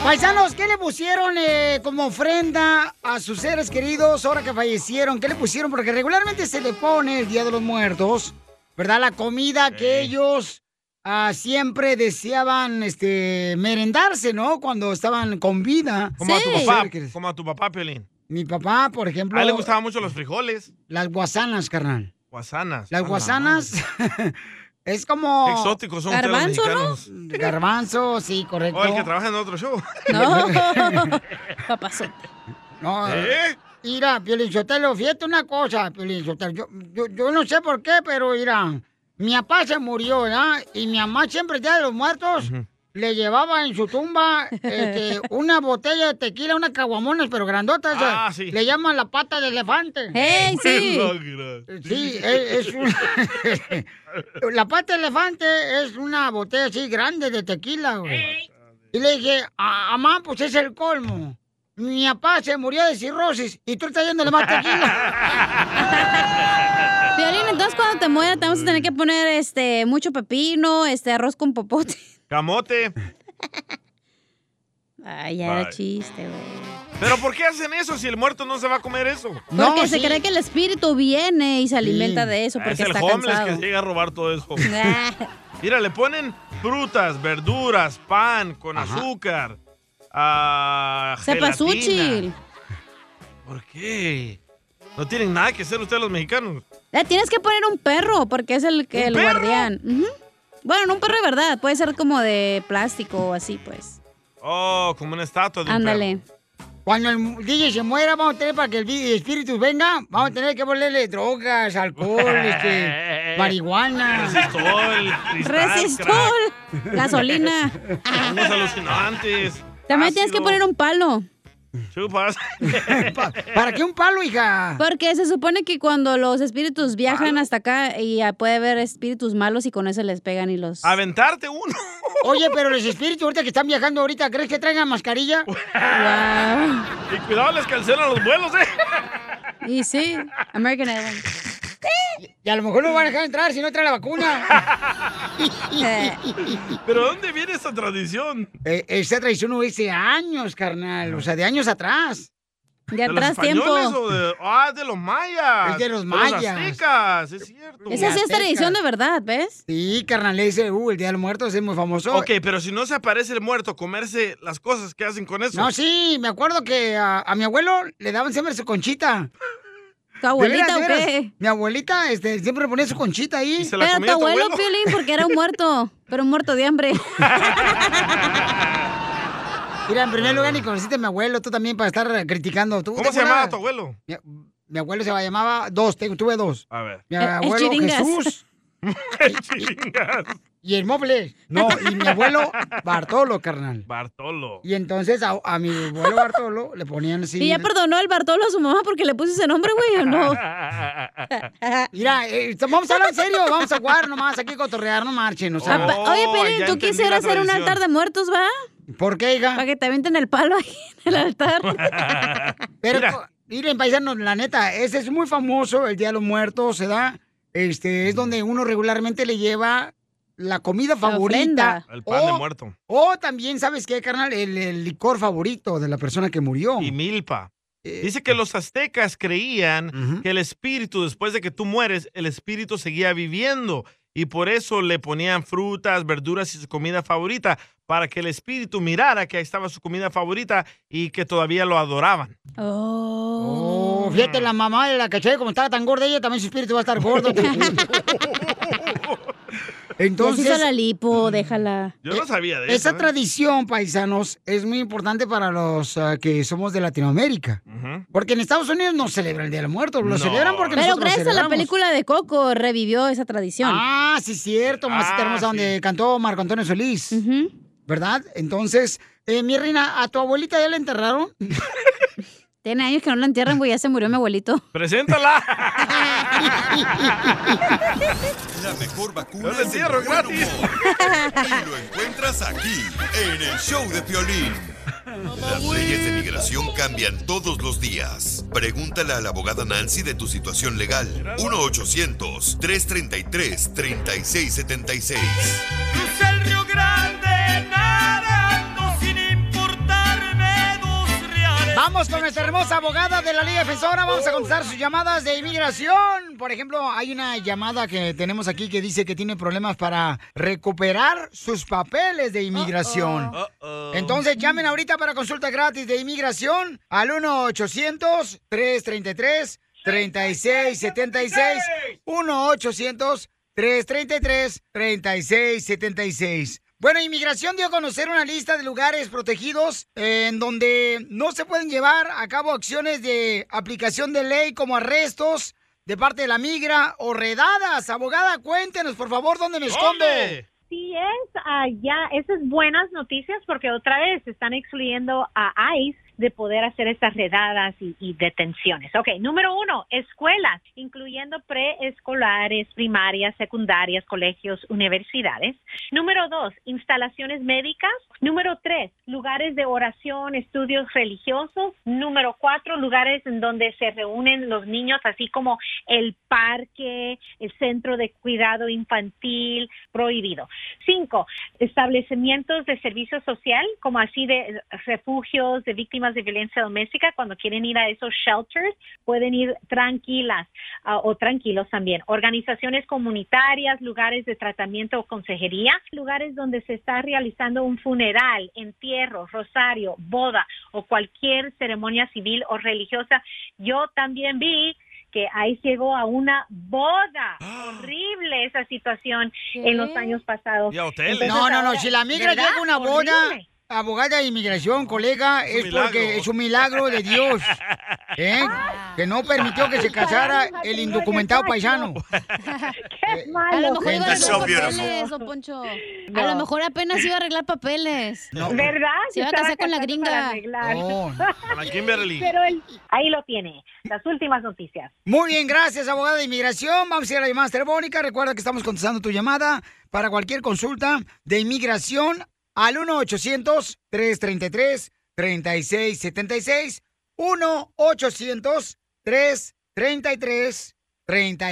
Paisanos, ¿qué le pusieron eh, como ofrenda a sus seres queridos ahora que fallecieron? ¿Qué le pusieron? Porque regularmente se le pone el Día de los Muertos, ¿verdad? La comida que ellos ah, siempre deseaban este, merendarse, ¿no? Cuando estaban con vida. Como a tu papá, como a tu papá, Pelín. Mi papá, por ejemplo. A él le gustaban mucho los frijoles. Las guasanas, carnal. Guasanas. Las Ah, guasanas. Es como... Qué exóticos son ustedes los Garbanzo, ¿no? Garbanzo, sí, correcto. O Oh, el que trabaja en otro show. No, papazote. No, ¿Eh? mira, Piolinchotelo, fíjate una cosa, Piolinchotelo. Yo, yo, yo no sé por qué, pero mira, mi papá se murió, ¿verdad? Y mi mamá siempre, ya de los muertos, le llevaba en su tumba este, una botella de tequila, unas caguamonas, pero grandotas. Ah, eh, sí. Le llaman la pata de elefante. ¡Ey, sí! Sí, eh, es, es un- La pata de elefante es una botella así grande de tequila, güey. Y le dije, a a mamá, pues es el colmo. Mi papá se murió de cirrosis y tú estás yéndole más tequila. Violín, entonces cuando te mueras te vamos a tener que poner este mucho pepino, este arroz con popote. Camote. Ay, ya era Bye. chiste, güey. ¿Pero por qué hacen eso si el muerto no se va a comer eso? Porque se cree que el espíritu viene y se alimenta de eso porque Ah, es el está homeless cansado. Ah. que llega a robar todo eso. Mira, le ponen frutas, verduras, pan con azúcar. ah, Sepa gelatina. sushi. ¿Por qué? No tienen nada que hacer ustedes los mexicanos. Le Eh, tienes que poner un perro porque es el, que- ¿Un el perro? guardián. Ujú. Bueno, no un perro de verdad, puede ser como de plástico o así, pues. Oh, como una estatua de un Ándale. Cuando el DJ se muera, vamos a tener para que el vi- espíritu venga, vamos a tener que ponerle drogas, alcohol, este, marihuana. Resistol, cristal, Resistol, crack. gasolina. perro. Unos alucinantes. También tienes que poner un palo. Chupas. ¿Para qué un palo, hija? Porque se supone que cuando los espíritus viajan hasta acá y ah, puede haber espíritus malos y con eso les pegan y los... Aventarte Ah, uno. Oye, pero los espíritus ahorita que están viajando ahorita, ¿crees que traigan mascarilla? Y cuidado, les cancelan los vuelos, ¿eh? Y sí, American Airlines. Y a lo mejor no van a dejar entrar si no trae la vacuna. Eh. ¿Pero de dónde viene esta tradición? Eh, esa tradición no hice años, carnal. O sea, de años atrás. De los españoles o de- ah, de los mayas. Es de los De mayas. los aztecas, es cierto. Esa sí es tradición de verdad, ¿ves? Sí, carnal, ese, uh, el Día de los Muertos es muy famoso. Ok, pero si no se aparece el muerto, comerse las cosas que hacen con eso. No, sí, me acuerdo que a, a mi abuelo le daban siempre su conchita. ¿Tu abuelita o qué? Mi abuelita este, siempre le ponía su conchita ahí. Pero tu abuelo, Piolín, porque era un muerto, pero un muerto de hambre. Mira, en primer lugar, ni conociste a mi abuelo, tú también para estar criticando. ¿Tú, ¿Cómo tengo se llamaba una- tu abuelo? Mi, mi abuelo se llamaba dos, tengo- tuve dos. A ver. Eh, Mi El- el abuelo Chiringas. Jesús. Y el Moble. No, y mi abuelo Bartolo, carnal. Bartolo. Y entonces a, a mi abuelo Bartolo le ponían así. ¿Y ya perdonó el Bartolo a su mamá porque le puso ese nombre, güey, o no? Mira, eh, vamos a hablar en serio, vamos a jugar nomás, aquí a cotorrear, no marchen, o sea. Oh, Apa- Oye, Piolín, ¿tú quisieras hacer un altar de muertos, va? ¿Por qué, hija? Para que te avienten el palo ahí en el altar. Pero, Mira. co- miren, paisanos, la neta, ese es muy famoso, el Día de los Muertos, se da, este, es donde uno regularmente le lleva la comida favorita. El pan de o- muerto. O también, ¿sabes qué, carnal? El, el licor favorito de la persona que murió. Y milpa. Dice que los aztecas creían que el espíritu, después de que tú mueres, el espíritu seguía viviendo. Y por eso le ponían frutas, verduras y su comida favorita, para que el espíritu mirara que ahí estaba su comida favorita y que todavía lo adoraban. Oh. Fíjate, la mamá de la caché, como estaba tan gorda ella, también su espíritu va a estar gordo. Entonces... Entonces, hizo la lipo, déjala. Yo no sabía de eso. esa ¿eh? tradición, paisanos, es muy importante para los ah, que somos de Latinoamérica. Ujú. Porque en Estados Unidos no celebran el Día de los Muertos, lo No. celebran porque Pero nosotros lo gracias a la celebramos. película de Coco revivió esa tradición. Ah, sí, cierto, mamacita Ah, hermosa, donde cantó Marco Antonio Solís. ¿Verdad? Entonces, eh, mi reina, ¿a tu abuelita ya la enterraron? Tiene años que no la entierran, güey, ya se murió mi abuelito. Preséntala. La mejor vacuna Yo es le el cierro buen gratis. humor. Y lo encuentras aquí, en el show de Piolín. Las leyes de migración cambian todos los días. Pregúntale a la abogada Nancy de tu situación legal. 1-800-333-3676. Crucé el Río Grande nadando sin importarme dos reales. Vamos con nuestra hermosa abogada de la Liga Defensora. Vamos a contestar sus llamadas de inmigración. Por ejemplo, hay una llamada que tenemos aquí que dice que tiene problemas para recuperar sus papeles de inmigración. Entonces llamen ahorita para consulta gratis de inmigración al 1-800-333. 3676 1-800-333-3676. 3676 Bueno, Inmigración dio a conocer una lista de lugares protegidos eh, en donde no se pueden llevar a cabo acciones de aplicación de ley como arrestos de parte de la migra o redadas. Abogada, cuéntenos, por favor, dónde me escondo. Sí es, ah, ya, esas buenas noticias porque otra vez se están excluyendo a ICE de poder hacer estas redadas y, y detenciones. Ok, número uno, escuelas, incluyendo preescolares, primarias, secundarias, colegios, universidades. Número dos, instalaciones médicas. Número tres, lugares de oración, estudios religiosos. Número cuatro, lugares en donde se reúnen los niños, así como el parque, el centro de cuidado infantil, prohibido. Cinco, establecimientos de servicio social, como así de refugios de víctimas de violencia doméstica, cuando quieren ir a esos shelters, pueden ir tranquilas ah, o tranquilos también. Organizaciones comunitarias, lugares de tratamiento o consejería, lugares donde se está realizando un funeral, entierro, rosario, boda o cualquier ceremonia civil o religiosa. Yo también vi que ahí llegó a una boda. Horrible esa situación en los años pasados. Y a hoteles. No, no, no, si la migra ¿Verdad? llega a una boda, Horrible. abogada de inmigración, colega, es, porque es un milagro de Dios, ¿eh? que no permitió que se casara el indocumentado paisano. Eh, A Qué lo malo. mejor iba a That's so arreglar papeles, beautiful. don Poncho. No. A lo mejor apenas iba a arreglar papeles. No. ¿Verdad? Se iba a Estaba casar con la casando para gringa. arreglar. No. Con la Kimberly. Pero él- ahí lo tiene, las últimas noticias. Muy bien, gracias, abogada de inmigración. Vamos a ir a la llamada telefónica. Recuerda que estamos contestando tu llamada para cualquier consulta de inmigración al 1-800-333-3676.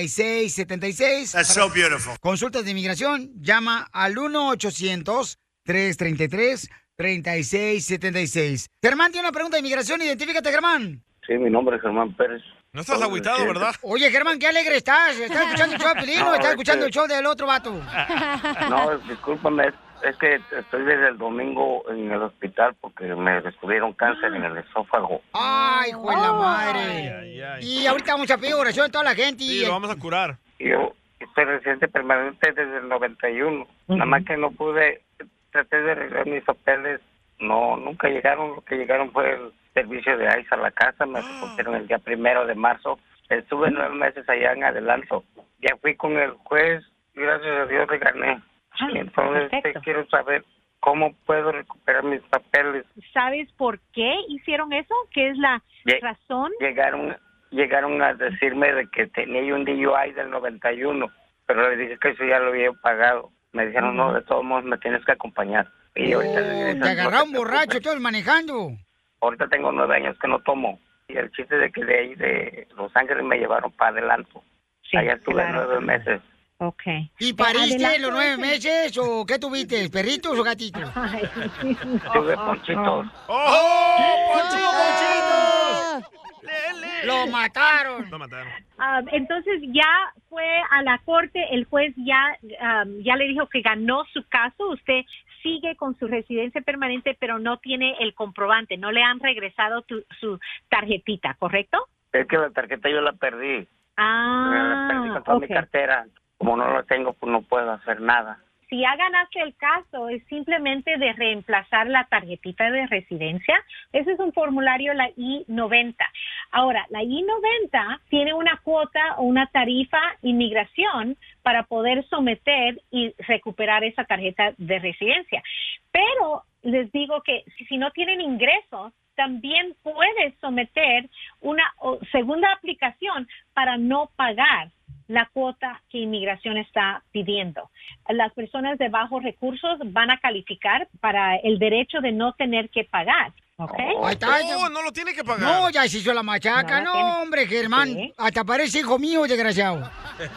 1-800-333-3676. That's so beautiful. Consultas de inmigración, llama al 1-800-333-3676. Germán tiene una pregunta de inmigración. Identifícate, Germán. Sí, mi nombre es Germán Pérez. No estás agüitado, ¿verdad? Oye, Germán, qué alegre estás. ¿Estás escuchando el show de Pilín o No, estás es escuchando que- el show del otro vato? No, discúlpame, es, es que estoy desde el domingo en el hospital porque me descubrieron cáncer en el esófago. Ay, hijo de la madre. Y ahorita vamos a pedir oración a toda la gente. y- a curar. Y Yo estoy residente permanente desde el 91. Nada más que no pude, traté de arreglar mis papeles. No, nunca llegaron. Lo que llegaron fue el servicio de ICE a la casa. Me pusieron el día primero de marzo. Estuve nueve meses allá en adelanto. Ya fui con el juez. Gracias a Dios le gané. Entonces este, quiero saber cómo puedo recuperar mis papeles. ¿Sabes por qué hicieron eso? ¿Qué es la Lle- razón? Llegaron, llegaron a decirme de que tenía yo un DUI del 91, pero le dije que eso ya lo había pagado. Me dijeron, no, de todos modos me tienes que acompañar. Y Uh, ahorita, regresan, Te agarraron porque borracho, todos manejando. ahorita tengo nueve años que no tomo. Y el chiste de que de ahí de Los Ángeles me llevaron para adelanto. Allá estuve claro. nueve meses. Ok. ¿Y pariste Adelanto, los nueve ese- meses o qué tuviste? ¿Perritos o gatitos? Estuve ponchitos. ¡Oh, Ponchito, Lo mataron. Lo mataron. Um, entonces ya fue a la corte, el juez ya, um, ya le dijo que ganó su caso, usted sigue con su residencia permanente, pero no tiene el comprobante, no le han regresado tu- su tarjetita, ¿correcto? Es que la tarjeta yo la perdí. la perdí Ah, con toda ok. mi cartera. Como no la tengo, pues no puedo hacer nada. Si ya ganaste el caso, es simplemente de reemplazar la tarjetita de residencia. Ese es un formulario, la I-90. Ahora, la I-90 tiene una cuota o una tarifa inmigración para poder someter y recuperar esa tarjeta de residencia. Pero les digo que si- si no tienen ingresos, también puedes someter una o, segunda aplicación para no pagar la cuota que inmigración está pidiendo. Las personas de bajos recursos van a calificar para el derecho de no tener que pagar. ¿ok? Oh, No, no lo tiene que pagar. No, ya se hizo la machaca. No la No, tiene. hombre, Germán. Sí. Hasta parece hijo mío, desgraciado. ¿eh?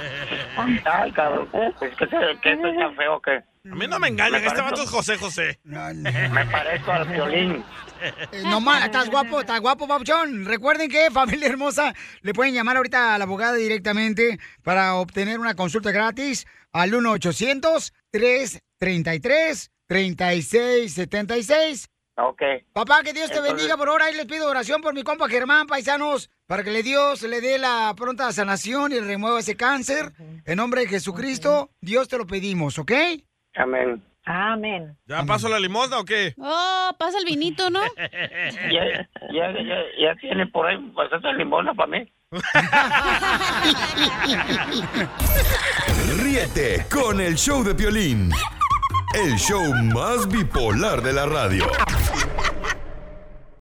Ay, cabrón. Es que, se- que estoy tan feo que. A mí no me engañan, Me este parece- vato es José José. Me parezco al violín. Eh, No más, estás guapo, estás guapo, papuchón. Recuerden que, familia hermosa, le pueden llamar ahorita a la abogada directamente para obtener una consulta gratis al 1-800-333-3676. Ok. Papá, que Dios te Entonces- bendiga por ahora. Ahí les pido oración por mi compa Germán, paisanos, para que le Dios le dé la pronta sanación y remueva ese cáncer. En nombre de Jesucristo, Dios te lo pedimos, ¿ok? Amén. Amén. ¿Ya paso la limosna o qué? Oh, pasa el vinito, ¿no? Ya, ya, ya, ya tiene por ahí bastante limona para mí. Ríete con el show de Piolín, el show más bipolar de la radio.